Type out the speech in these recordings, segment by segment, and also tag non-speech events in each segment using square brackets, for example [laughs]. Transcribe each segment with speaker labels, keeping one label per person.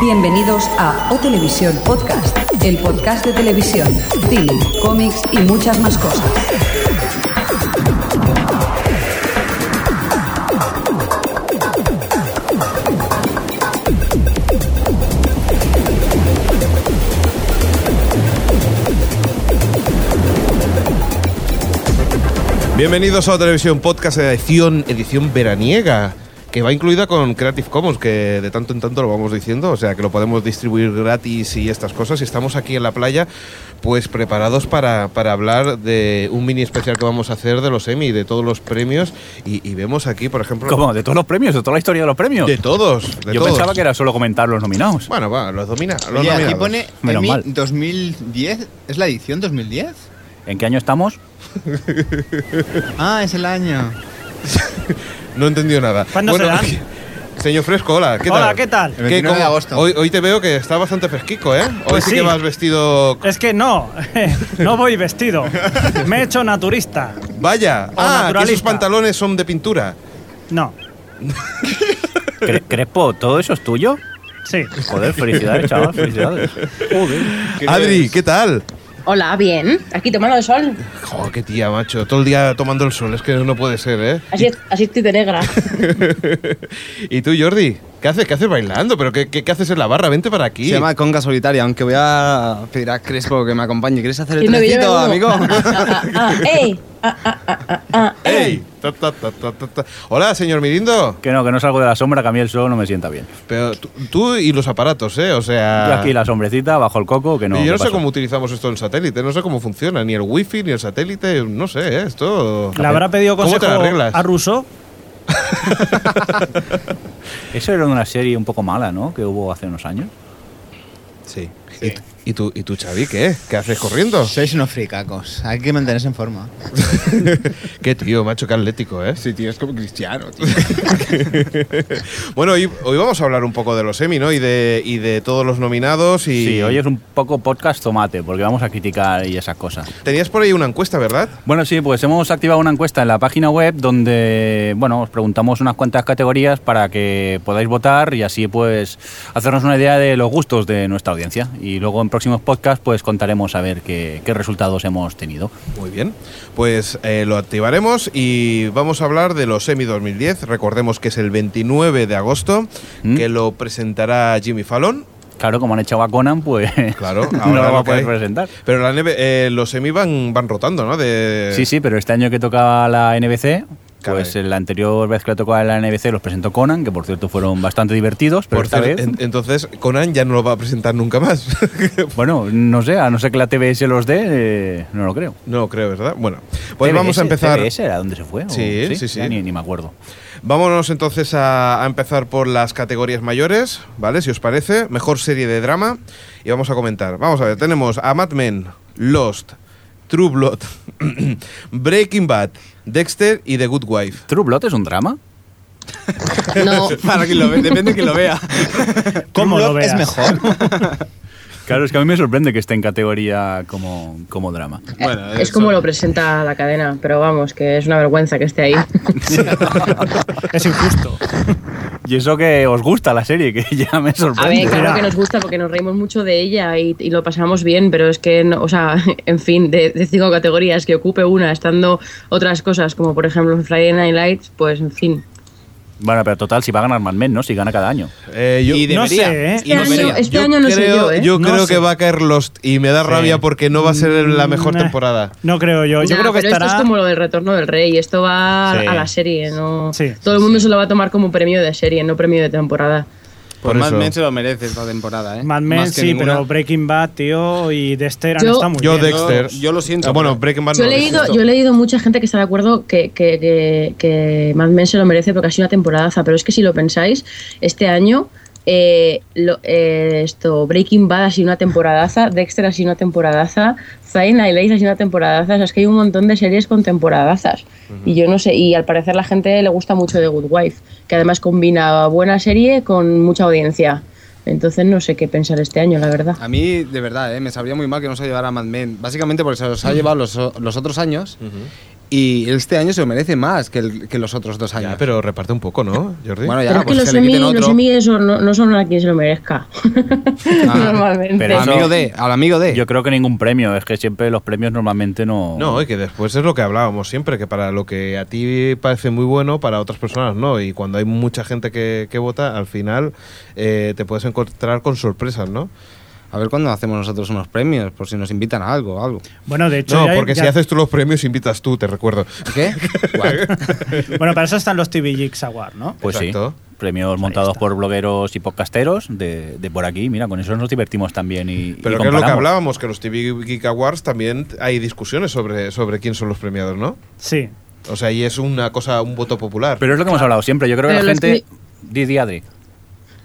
Speaker 1: Bienvenidos a O Televisión Podcast, el podcast de televisión, cine, cómics y muchas más cosas.
Speaker 2: Bienvenidos a la televisión podcast edición, edición veraniega, que va incluida con Creative Commons, que de tanto en tanto lo vamos diciendo, o sea que lo podemos distribuir gratis y estas cosas. Y estamos aquí en la playa, pues preparados para, para hablar de un mini especial que vamos a hacer de los Emmy, de todos los premios. Y, y vemos aquí, por
Speaker 3: [laughs]
Speaker 2: ejemplo.
Speaker 3: ¿Cómo? ¿De todos los premios? ¿De toda la historia de los premios?
Speaker 2: De todos. de
Speaker 3: Yo
Speaker 2: todos.
Speaker 3: pensaba que era solo comentar los nominados.
Speaker 2: Bueno, va, los domina. Los
Speaker 4: Oye, aquí
Speaker 2: nominados.
Speaker 4: pone
Speaker 3: Menos
Speaker 4: Emmy
Speaker 3: mal.
Speaker 4: 2010. ¿Es la edición 2010?
Speaker 3: ¿En qué año estamos?
Speaker 4: Ah, es el año.
Speaker 2: No he entendido nada.
Speaker 5: ¿Cuándo serán?
Speaker 2: [laughs] Señor Fresco, hola, ¿qué tal?
Speaker 5: Hola, ¿qué tal?
Speaker 4: El 29 de
Speaker 2: cómo-
Speaker 4: agosto.
Speaker 2: Hoy, hoy te veo que está bastante fresquico, ¿eh? Hoy
Speaker 5: Pues
Speaker 2: sí,
Speaker 5: sí.
Speaker 2: que vas vestido.
Speaker 5: Es que no, [laughs] no voy vestido. Me he hecho naturista.
Speaker 2: Vaya, ah, que esos
Speaker 5: naturalista.
Speaker 2: pantalones son de pintura.
Speaker 5: No,
Speaker 2: [laughs]
Speaker 3: Cre- Crespo, ¿todo eso es tuyo?
Speaker 5: sí.
Speaker 3: Joder, felicidades, chaval, felicidades. Joder.
Speaker 2: Adri, ¿qué tal?
Speaker 6: Hola, bien. Aquí tomando el sol.
Speaker 2: Joder, qué tía, macho. Todo el día tomando el sol, es que no puede ser, ¿eh?
Speaker 6: Así, es- así estoy de negra.
Speaker 2: ¿Y tú, Jordi? ¿Qué haces? ¿Qué haces bailando? ¿Pero qué, qué- qué haces en la barra? Vente para aquí.
Speaker 7: Se llama Conga Solitaria, aunque voy a pedir a Crespo que me acompañe. ¿Quieres hacer [laughs] el
Speaker 6: Y me viene
Speaker 7: trenecito,
Speaker 6: uno.
Speaker 7: amigo?
Speaker 6: Ah,
Speaker 7: [laughs]
Speaker 6: ah, ¡Ey! Ah, ah, ah, ah, ah,
Speaker 2: ¡Ey! Ta, ta, ta, ta, ta, ta. Hola, señor Mirindo.
Speaker 3: Que no, que no salgo de la sombra, que a mí el sol no me sienta bien.
Speaker 2: Pero tú, tú y los aparatos, ¿eh? O
Speaker 3: Yo
Speaker 2: sea...
Speaker 3: aquí la sombrecita, bajo el coco, que no.
Speaker 2: yo
Speaker 3: ¿qué
Speaker 2: no sé
Speaker 3: pasa?
Speaker 2: cómo utilizamos esto en satélite, no sé cómo funciona, ni el wifi, ni el satélite, no sé, ¿eh? esto...
Speaker 5: ¿Le habrá pedido
Speaker 2: ¿Cómo
Speaker 5: consejo
Speaker 2: te lo arreglas?
Speaker 5: a Russo?
Speaker 3: Eso era una serie un poco mala, ¿no? Que hubo hace unos años.
Speaker 2: Sí. ¿Y, y tú, ¿Y tú, Xavi, qué? ¿Qué haces corriendo?
Speaker 4: [laughs] Sois unos fricacos. Hay que mantenerse en forma.
Speaker 2: Qué tío, macho, qué atlético, ¿eh?
Speaker 7: Sí, tío, es como cristiano, tío.
Speaker 2: Bueno, hoy, hoy vamos a hablar un poco de los Emmy, ¿no? Y de, y de todos los nominados y...
Speaker 3: Sí, hoy es un poco podcast tomate, porque vamos a criticar y esas cosas.
Speaker 2: Tenías por ahí una encuesta, ¿verdad?
Speaker 3: Bueno, sí, pues hemos activado una encuesta en la página web donde, bueno, os preguntamos unas cuantas categorías para que podáis votar y así, pues, hacernos una idea de los gustos de nuestra audiencia. Y luego en próximos podcasts, pues, contaremos a ver qué, qué resultados hemos tenido.
Speaker 2: Muy bien. Pues eh, lo activaremos y vamos a hablar de los Emmy 2010. Recordemos que es el 29 de agosto,
Speaker 3: ¿Mm?
Speaker 2: que lo presentará Jimmy Fallon.
Speaker 3: Claro, como han echado a Conan, pues,
Speaker 2: Claro,
Speaker 3: [laughs] no
Speaker 2: ahora
Speaker 3: lo
Speaker 2: lo
Speaker 3: va
Speaker 2: que
Speaker 3: a poder
Speaker 2: hay.
Speaker 3: presentar.
Speaker 2: Pero la NB eh, los Emmy van, van rotando, ¿no? De...
Speaker 3: Sí, sí, pero este año que tocaba la NBC,
Speaker 2: Eh. Caray.
Speaker 3: pues la anterior vez que la tocaba la NBC los presentó Conan, que por cierto fueron bastante divertidos, pero
Speaker 2: Por
Speaker 3: esta
Speaker 2: cier-
Speaker 3: vez,
Speaker 2: en- entonces, Conan ya no lo va a presentar nunca más. [laughs]
Speaker 3: bueno, no sé, a no ser que la TBS los dé, eh, no lo creo.
Speaker 2: no creo, ¿verdad? Bueno, pues
Speaker 3: TBS,
Speaker 2: vamos a empezar.
Speaker 3: ¿TBS era donde se fue? ¿O
Speaker 2: Sí, sí, sí.
Speaker 3: Ya Ni, ni me acuerdo.
Speaker 2: Vámonos entonces a, a empezar por las categorías mayores, ¿vale? Si os parece, mejor serie de drama y vamos a comentar. Vamos a ver, tenemos a Mad Men, Lost, True Blood, [clears throat] Breaking Bad, Dexter y The Good Wife.
Speaker 3: ¿True Blood es un drama?
Speaker 6: ah. No,
Speaker 7: [laughs] Para quien lo vea, depende de quien lo vea.
Speaker 4: [laughs]
Speaker 5: ¿Cómo
Speaker 4: True
Speaker 5: lo
Speaker 4: Love
Speaker 5: veas?
Speaker 4: Es mejor.
Speaker 3: Claro, es que a mí me sorprende que esté en categoría como, como drama.
Speaker 7: Bueno,
Speaker 6: eh, es como lo presenta la cadena, pero vamos, que es una vergüenza que
Speaker 7: [laughs]
Speaker 6: esté ahí.
Speaker 5: Es injusto.
Speaker 3: Y eso que os gusta la serie, que [laughs] ya me
Speaker 6: A
Speaker 3: sorprende.
Speaker 6: ver, claro
Speaker 5: Mira.
Speaker 6: que nos gusta porque nos reímos mucho de ella y, y lo pasamos bien, pero es que, no- o sea, [laughs] en fin, de, de cinco categorías que ocupe una, estando otras cosas como por ejemplo en Friday Night Lights, pues en fin.
Speaker 3: Bueno, pero total, si va a ganar Mad Men, ¿no? Si gana cada año.
Speaker 2: Eh, yo
Speaker 7: Y
Speaker 5: no
Speaker 7: debería.
Speaker 5: sé, ¿eh?
Speaker 7: Y
Speaker 6: Este
Speaker 7: debería.
Speaker 6: año- este año no sé
Speaker 2: creo,
Speaker 6: yo, ¿eh?
Speaker 2: yo
Speaker 5: No
Speaker 2: creo
Speaker 5: sé.
Speaker 2: que va a caer Lost y me da rabia porque no va a ser la mejor
Speaker 5: Mm,
Speaker 2: temporada.
Speaker 5: [laughs] No creo yo. Yo
Speaker 6: Nah,
Speaker 5: creo que
Speaker 6: pero
Speaker 5: estará.
Speaker 6: esto es como lo del retorno del rey, esto va
Speaker 3: Sí.
Speaker 6: a la serie, ¿no?
Speaker 5: Sí,
Speaker 6: Todo el mundo se lo va a tomar como premio de serie, no premio de temporada.
Speaker 2: Por
Speaker 7: Por más
Speaker 2: eso.
Speaker 7: Men se lo merece esta temporada, ¿eh?
Speaker 5: Mad Men,
Speaker 7: Más que
Speaker 5: sí,
Speaker 7: ninguna.
Speaker 5: pero Breaking Bad, tío, y Dexter han
Speaker 6: Yo-
Speaker 5: estado muy
Speaker 2: Yo
Speaker 5: bien.
Speaker 2: Dexter.
Speaker 7: Yo- yo lo siento,
Speaker 2: Ah, bueno,
Speaker 7: pero-
Speaker 2: Breaking Bad
Speaker 6: Yo he,
Speaker 2: no lo
Speaker 6: leído,
Speaker 2: siento.
Speaker 6: yo he leído mucha gente que está de acuerdo que, que, que, que Mad Men se lo merece porque ha sido una temporadaza, pero es que si lo pensáis, este año eh, lo- eh, esto, Breaking Bad ha sido una temporadaza, Dexter ha sido una temporadaza, Zayn Night Lights ha sido una temporadaza, o sea, es que hay un montón de series con temporadazas. Y yo no sé, y al parecer la gente le gusta mucho The Good Wife, que además combina buena serie con mucha audiencia. Entonces no sé qué pensar este año, la verdad.
Speaker 7: A mí,
Speaker 4: Mm.
Speaker 7: de verdad, ¿eh? me sabría muy mal que no se llevara a Mad Men. Básicamente porque se los ha llevado los, los otros años. Y este año se lo merece más que, el- que los otros dos años.
Speaker 2: Ya, pero reparte un poco, ¿no, Jordi?
Speaker 7: Bueno, ya,
Speaker 6: Pero es que
Speaker 7: pues
Speaker 6: los
Speaker 7: que le
Speaker 6: Emmy,
Speaker 7: quiten
Speaker 6: los
Speaker 7: otro.
Speaker 6: Emmy eso no, no son a quien se lo
Speaker 7: [laughs]
Speaker 6: merezca.
Speaker 7: Ah,
Speaker 6: Normalmente.
Speaker 3: pero eso-
Speaker 7: amigo de, al amigo de.
Speaker 3: Yo creo que ningún premio, es que siempre los premios normalmente no...
Speaker 2: No, y que después es lo que hablábamos siempre, que para lo que a ti parece muy bueno, para otras personas no. Y cuando hay mucha gente que, que vota, al final eh, te puedes encontrar con sorpresas, ¿no?
Speaker 7: A ver cuándo hacemos nosotros unos premios, por si nos invitan a algo, algo.
Speaker 5: Bueno, de hecho.
Speaker 2: No,
Speaker 5: ya hay-
Speaker 2: porque
Speaker 5: ya-
Speaker 2: si haces tú los premios, invitas tú, te recuerdo.
Speaker 7: ¿Qué? Guau.
Speaker 5: Bueno, para eso están los TV Geeks Award, ¿no?
Speaker 3: Pues
Speaker 2: Exacto.
Speaker 3: sí. Premios montados por blogueros y podcasteros de, de por aquí. Mira, con eso nos divertimos también y. y
Speaker 2: Pero que es lo que
Speaker 3: comparamos.
Speaker 2: hablábamos, que los TV Geek Awards también hay discusiones sobre, sobre quién son los premiados, ¿no?
Speaker 5: Sí.
Speaker 2: O sea, y es una cosa, un voto popular.
Speaker 3: Pero es lo que hemos hablado siempre. Yo creo que
Speaker 6: Pero
Speaker 3: la
Speaker 6: los
Speaker 3: gente. Didi Adri.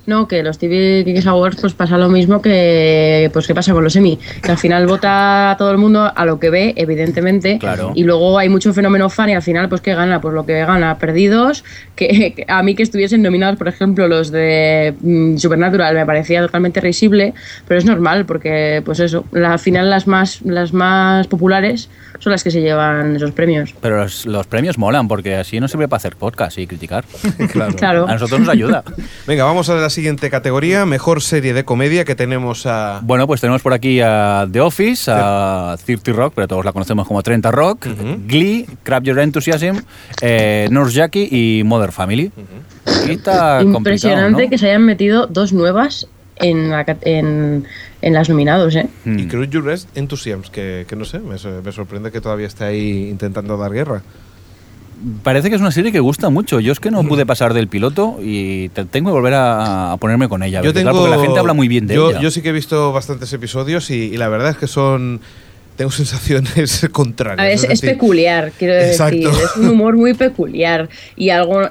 Speaker 6: No, que los TV Geeks Awards pues pasa lo mismo que pues qué pasa con los Emmy, que al final vota a todo el mundo a lo que ve, evidentemente,
Speaker 3: Claro.
Speaker 6: y luego hay mucho fenómeno fan y al final pues qué gana, pues lo que gana, perdidos, que, que a mí que estuviesen nominados por ejemplo los de mm, Supernatural me parecía totalmente risible, pero es normal porque pues eso, la- al final las más las más populares son las que se llevan esos premios.
Speaker 3: Pero los, los premios molan porque así no sirve para hacer podcast y criticar.
Speaker 2: claro.
Speaker 6: Claro.
Speaker 3: A nosotros nos ayuda.
Speaker 6: [laughs]
Speaker 2: Venga, vamos a la siguiente categoría, mejor serie de comedia que tenemos a...
Speaker 3: Bueno, pues tenemos por aquí a The Office, a 30 Rock, pero todos la conocemos como 30 Rock, Glee, Crap Your Enthusiasm, eh, Nurse Jackie y Mother Family. Y está complicado,
Speaker 6: Impresionante
Speaker 3: ¿no?
Speaker 6: que se hayan metido dos nuevas en, la cat- en, en las nominados, ¿eh?
Speaker 3: Mm.
Speaker 2: Y Cruel Your Rest Enthusiasm, que, que no sé, me, so- me sorprende que todavía esté ahí intentando dar guerra.
Speaker 3: Parece que es una serie que gusta mucho. Yo es que no pude pasar del piloto y te- tengo que volver a, a ponerme con ella. porque, claro, porque la gente habla muy bien de
Speaker 2: yo,
Speaker 3: ella.
Speaker 2: Yo sí que he visto bastantes episodios y, y la verdad es que son... Tengo [laughs] sensaciones contrarias.
Speaker 6: A ver, es,
Speaker 2: es
Speaker 6: es
Speaker 2: decir,
Speaker 6: peculiar, quiero decir.
Speaker 2: Exacto.
Speaker 6: Es un humor muy peculiar. Y algo.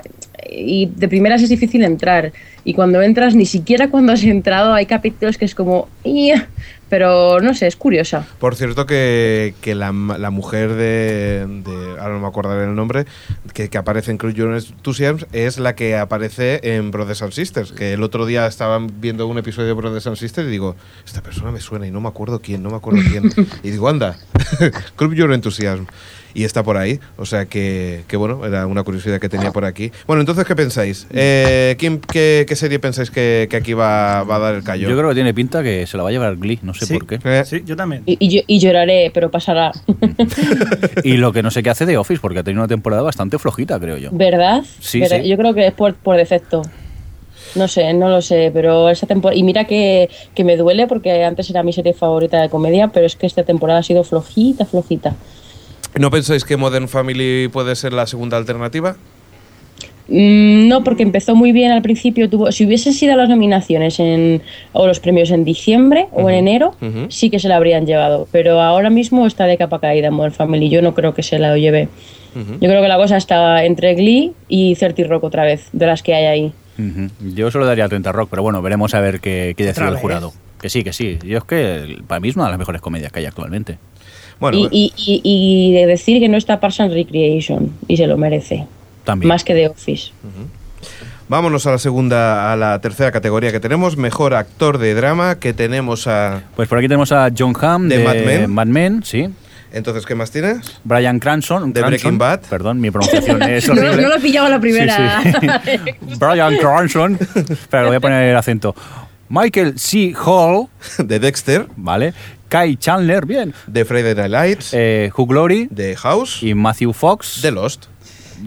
Speaker 6: Y de primeras es difícil entrar. Y cuando entras, ni siquiera cuando has entrado, hay capítulos que es como. "Ia", Pero no sé, es curiosa.
Speaker 2: Por cierto, que, que la, ma- la mujer de, de- Ahora no me acordaré el nombre. Que, que aparece en Cruel Your Enthusiasm es la que aparece en Brothers and Sisters. Que el otro día estaban viendo un episodio de Brothers and Sisters y digo, esta persona me suena y no me acuerdo quién, no me acuerdo quién. y digo, anda, [laughs] Cruel Your Enthusiasm. Y está por ahí. O sea que, que bueno, era una curiosidad que tenía por aquí. Bueno, entonces, ¿qué pensáis? Eh, ¿quién- qué, qué serie pensáis que, que aquí va, va a dar el callo?
Speaker 3: Yo creo que tiene pinta que se la va a llevar Glee, no sé
Speaker 5: Sí.
Speaker 3: por qué.
Speaker 2: Eh,
Speaker 5: Sí, yo también.
Speaker 6: Y, y yo- y lloraré, pero pasará.
Speaker 3: Y lo que no sé qué hace de Office, porque ha tenido una temporada bastante flojita, creo yo.
Speaker 6: ¿Verdad?
Speaker 3: Sí,
Speaker 6: Pero
Speaker 3: sí.
Speaker 6: Yo creo que es por, por defecto. No sé, no lo sé, pero esta temporada. Y mira que, que me duele porque antes era mi serie favorita de comedia, pero es que esta temporada ha sido flojita, flojita.
Speaker 2: ¿No pensáis que Modern Family puede ser la segunda alternativa?
Speaker 6: Mm, No, porque empezó muy bien al principio. Tuvo, si hubiesen sido las nominaciones en, o los premios en diciembre o en enero,
Speaker 2: ujú.
Speaker 6: sí que se la habrían llevado. Pero ahora mismo está de capa caída Modern Family. Yo no creo que se la lleve. Yo creo que la cosa está entre Glee y Certi Rock otra vez, de las que hay ahí.
Speaker 3: Ujú. Yo se lo daría a 30 Rock, pero bueno, veremos a ver qué, qué decide
Speaker 5: ¿Otra
Speaker 3: el
Speaker 5: vez?
Speaker 3: jurado. Que sí, que sí. Yo es que para mí es una de las mejores comedias que hay actualmente.
Speaker 2: Bueno,
Speaker 6: y,
Speaker 3: pues.
Speaker 6: y- y- y de decir que no está Parks and Recreation y se lo merece.
Speaker 3: También.
Speaker 6: Más que The Office.
Speaker 2: vámonos a la segunda, a la tercera categoría que tenemos, mejor actor de drama, que tenemos a...
Speaker 3: Pues por aquí tenemos a John Hamm
Speaker 2: De Mad Men.
Speaker 3: Men, sí.
Speaker 2: Entonces, ¿qué más tienes? [laughs]
Speaker 3: Brian Cranston.
Speaker 2: De
Speaker 3: Cranston,
Speaker 2: Breaking Bad.
Speaker 3: Perdón, mi pronunciación es horrible.
Speaker 6: he pillado la
Speaker 3: Sí, sí. [laughs] Brian Cranston. Pero le voy a poner el acento. Michael C. Hall,
Speaker 2: De Dexter,
Speaker 3: ¿vale? Kai Chandler, bien.
Speaker 2: de Friday Night Lights,
Speaker 3: Eh, Hugh Glory
Speaker 2: de House,
Speaker 3: y Matthew Fox.
Speaker 2: de Lost.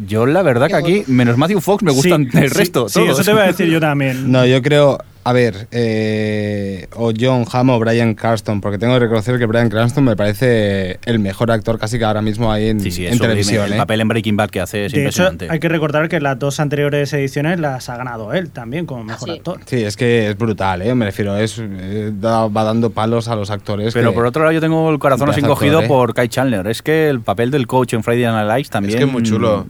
Speaker 3: Yo la verdad que aquí, menos Matthew Fox, me gustan
Speaker 5: Sí,
Speaker 3: el
Speaker 5: sí,
Speaker 3: resto.
Speaker 5: Sí,
Speaker 3: todos.
Speaker 5: eso te voy a decir
Speaker 3: [laughs]
Speaker 5: yo también.
Speaker 7: No, yo creo, a ver, eh, o John Hamm o Brian Cranston, porque tengo que reconocer que Brian Cranston me parece el mejor actor casi que ahora mismo
Speaker 3: [laughs]
Speaker 7: hay en,
Speaker 3: Sí, sí, es
Speaker 7: en
Speaker 3: sublime.
Speaker 7: televisión.
Speaker 3: El
Speaker 7: ¿eh?
Speaker 3: papel en Breaking Bad que hace es
Speaker 5: De hecho,
Speaker 3: impresionante.
Speaker 5: hay que recordar que las dos anteriores ediciones las ha ganado él también como mejor
Speaker 6: Sí.
Speaker 5: actor.
Speaker 7: Sí, es que es brutal, ¿eh? me refiero, es, eh, da- va dando palos a los actores.
Speaker 3: Pero
Speaker 7: que-
Speaker 3: por otro lado, yo tengo el corazón así
Speaker 7: Pedazo de actor,
Speaker 3: encogido
Speaker 7: ¿eh?
Speaker 3: por Kai Chandler. Es que el papel del coach en Friday Night Lights también. mm,
Speaker 2: Es que es muy chulo.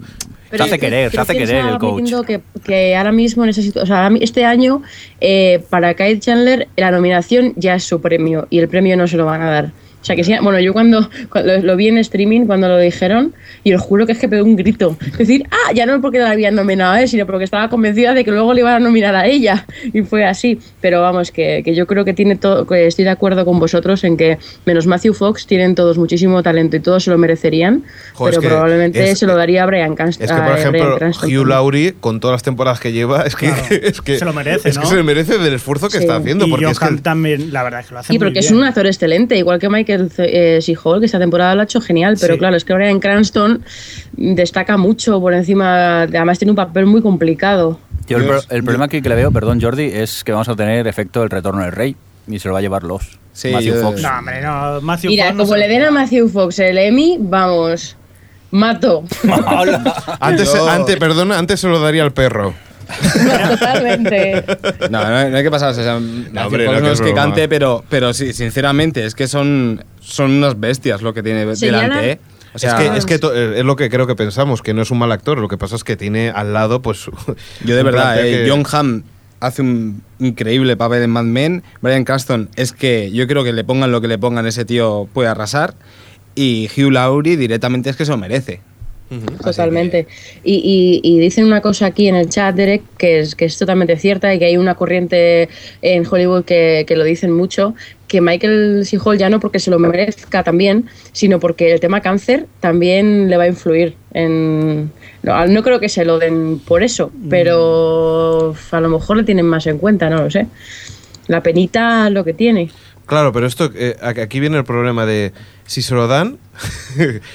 Speaker 3: Se hace querer, se hace querer el coach.
Speaker 6: admitiendo Que, que ahora mismo, en esa situ- o sea, ahora mi- este año, eh, para Kyle Chandler, la nominación ya es su premio y el premio no se lo van a dar. O sea, que sí, bueno, yo cuando, cuando lo, lo vi en streaming, cuando lo dijeron, y os juro que es que pegué un grito. Es decir, ah, ya no porque la habían nominado a él, sino porque estaba convencida de que luego le iban a nominar a ella. Y fue así. Pero vamos, que, que yo creo que tiene todo, que estoy de acuerdo con vosotros en que, menos Matthew Fox, tienen todos muchísimo talento y todos se lo merecerían.
Speaker 2: Jo, es
Speaker 6: pero
Speaker 2: que
Speaker 6: probablemente
Speaker 2: es-
Speaker 6: se lo daría a Brian Cranston.
Speaker 2: Es que,
Speaker 6: a
Speaker 2: por
Speaker 6: Bryan
Speaker 2: ejemplo,
Speaker 6: Cranston
Speaker 2: Hugh
Speaker 6: también.
Speaker 2: Laurie, con todas las temporadas que lleva, es que,
Speaker 5: Claro.
Speaker 2: [laughs] es que
Speaker 5: Se lo merece,
Speaker 2: Es que
Speaker 5: ¿no?
Speaker 2: se le merece del esfuerzo que
Speaker 6: Sí.
Speaker 2: está haciendo.
Speaker 5: y
Speaker 2: Porque
Speaker 5: Johan
Speaker 2: es que el-
Speaker 5: también, la verdad es que lo hace
Speaker 6: Sí,
Speaker 5: muy
Speaker 6: porque es
Speaker 5: bien.
Speaker 6: un actor excelente, igual que Michael eh, C. Hall, que esta temporada lo ha hecho genial, pero
Speaker 5: Sí.
Speaker 6: claro, es que Brian Cranston destaca mucho por encima, además tiene un papel muy complicado.
Speaker 3: Yo el,
Speaker 7: Dios,
Speaker 3: pro- el problema que, que le veo, perdón Jordi, es que vamos a tener efecto el retorno del rey y se lo va a llevar los
Speaker 7: Sí,
Speaker 3: Matthew
Speaker 7: yo-
Speaker 3: Fox.
Speaker 5: No, hombre, no. Matthew
Speaker 6: Mira,
Speaker 5: Fox no
Speaker 6: como
Speaker 5: se-
Speaker 6: le den a Matthew Fox el Emmy, vamos,
Speaker 2: [laughs]
Speaker 6: mato.
Speaker 2: antes,
Speaker 7: Yo-
Speaker 2: antes- perdona, antes se lo daría al perro.
Speaker 6: Totalmente.
Speaker 7: [laughs] No, no, hay- no hay que pasarse. O sea, Matthew
Speaker 2: hombre,
Speaker 7: Fox
Speaker 2: no,
Speaker 7: no
Speaker 2: que
Speaker 7: es
Speaker 2: es
Speaker 7: que
Speaker 2: broma.
Speaker 7: cante, pero, pero sí, sinceramente, es que son, son unas bestias lo que tiene
Speaker 6: Señala-
Speaker 7: delante. ¿eh? O sea,
Speaker 2: es que, es, que to- eh, es lo que creo que pensamos, que no es un mal actor. Lo que pasa es que tiene al lado, pues. [laughs]
Speaker 7: yo de
Speaker 2: un
Speaker 7: verdad,
Speaker 2: plantel
Speaker 7: eh,
Speaker 2: que-
Speaker 7: John Hamm hace un increíble papel en Mad Men. Brian Cranston es que yo creo que le pongan lo que le pongan, ese tío puede arrasar. Y Hugh Laurie directamente es que se lo merece. Así
Speaker 6: Totalmente.
Speaker 7: que-
Speaker 6: Y, y- y dicen una cosa aquí en el chat, Derek, que es, que es totalmente cierta y que hay una corriente en Hollywood que, que lo dicen mucho, que Michael C. Hall ya no porque se lo merezca también, sino porque el tema cáncer también le va a influir en... No, no creo que se lo den por eso,
Speaker 7: Mm.
Speaker 6: pero a lo mejor le tienen más en cuenta, no lo sé. La penita lo que tiene.
Speaker 2: Claro, pero esto eh, a- aquí viene el problema de si se lo dan.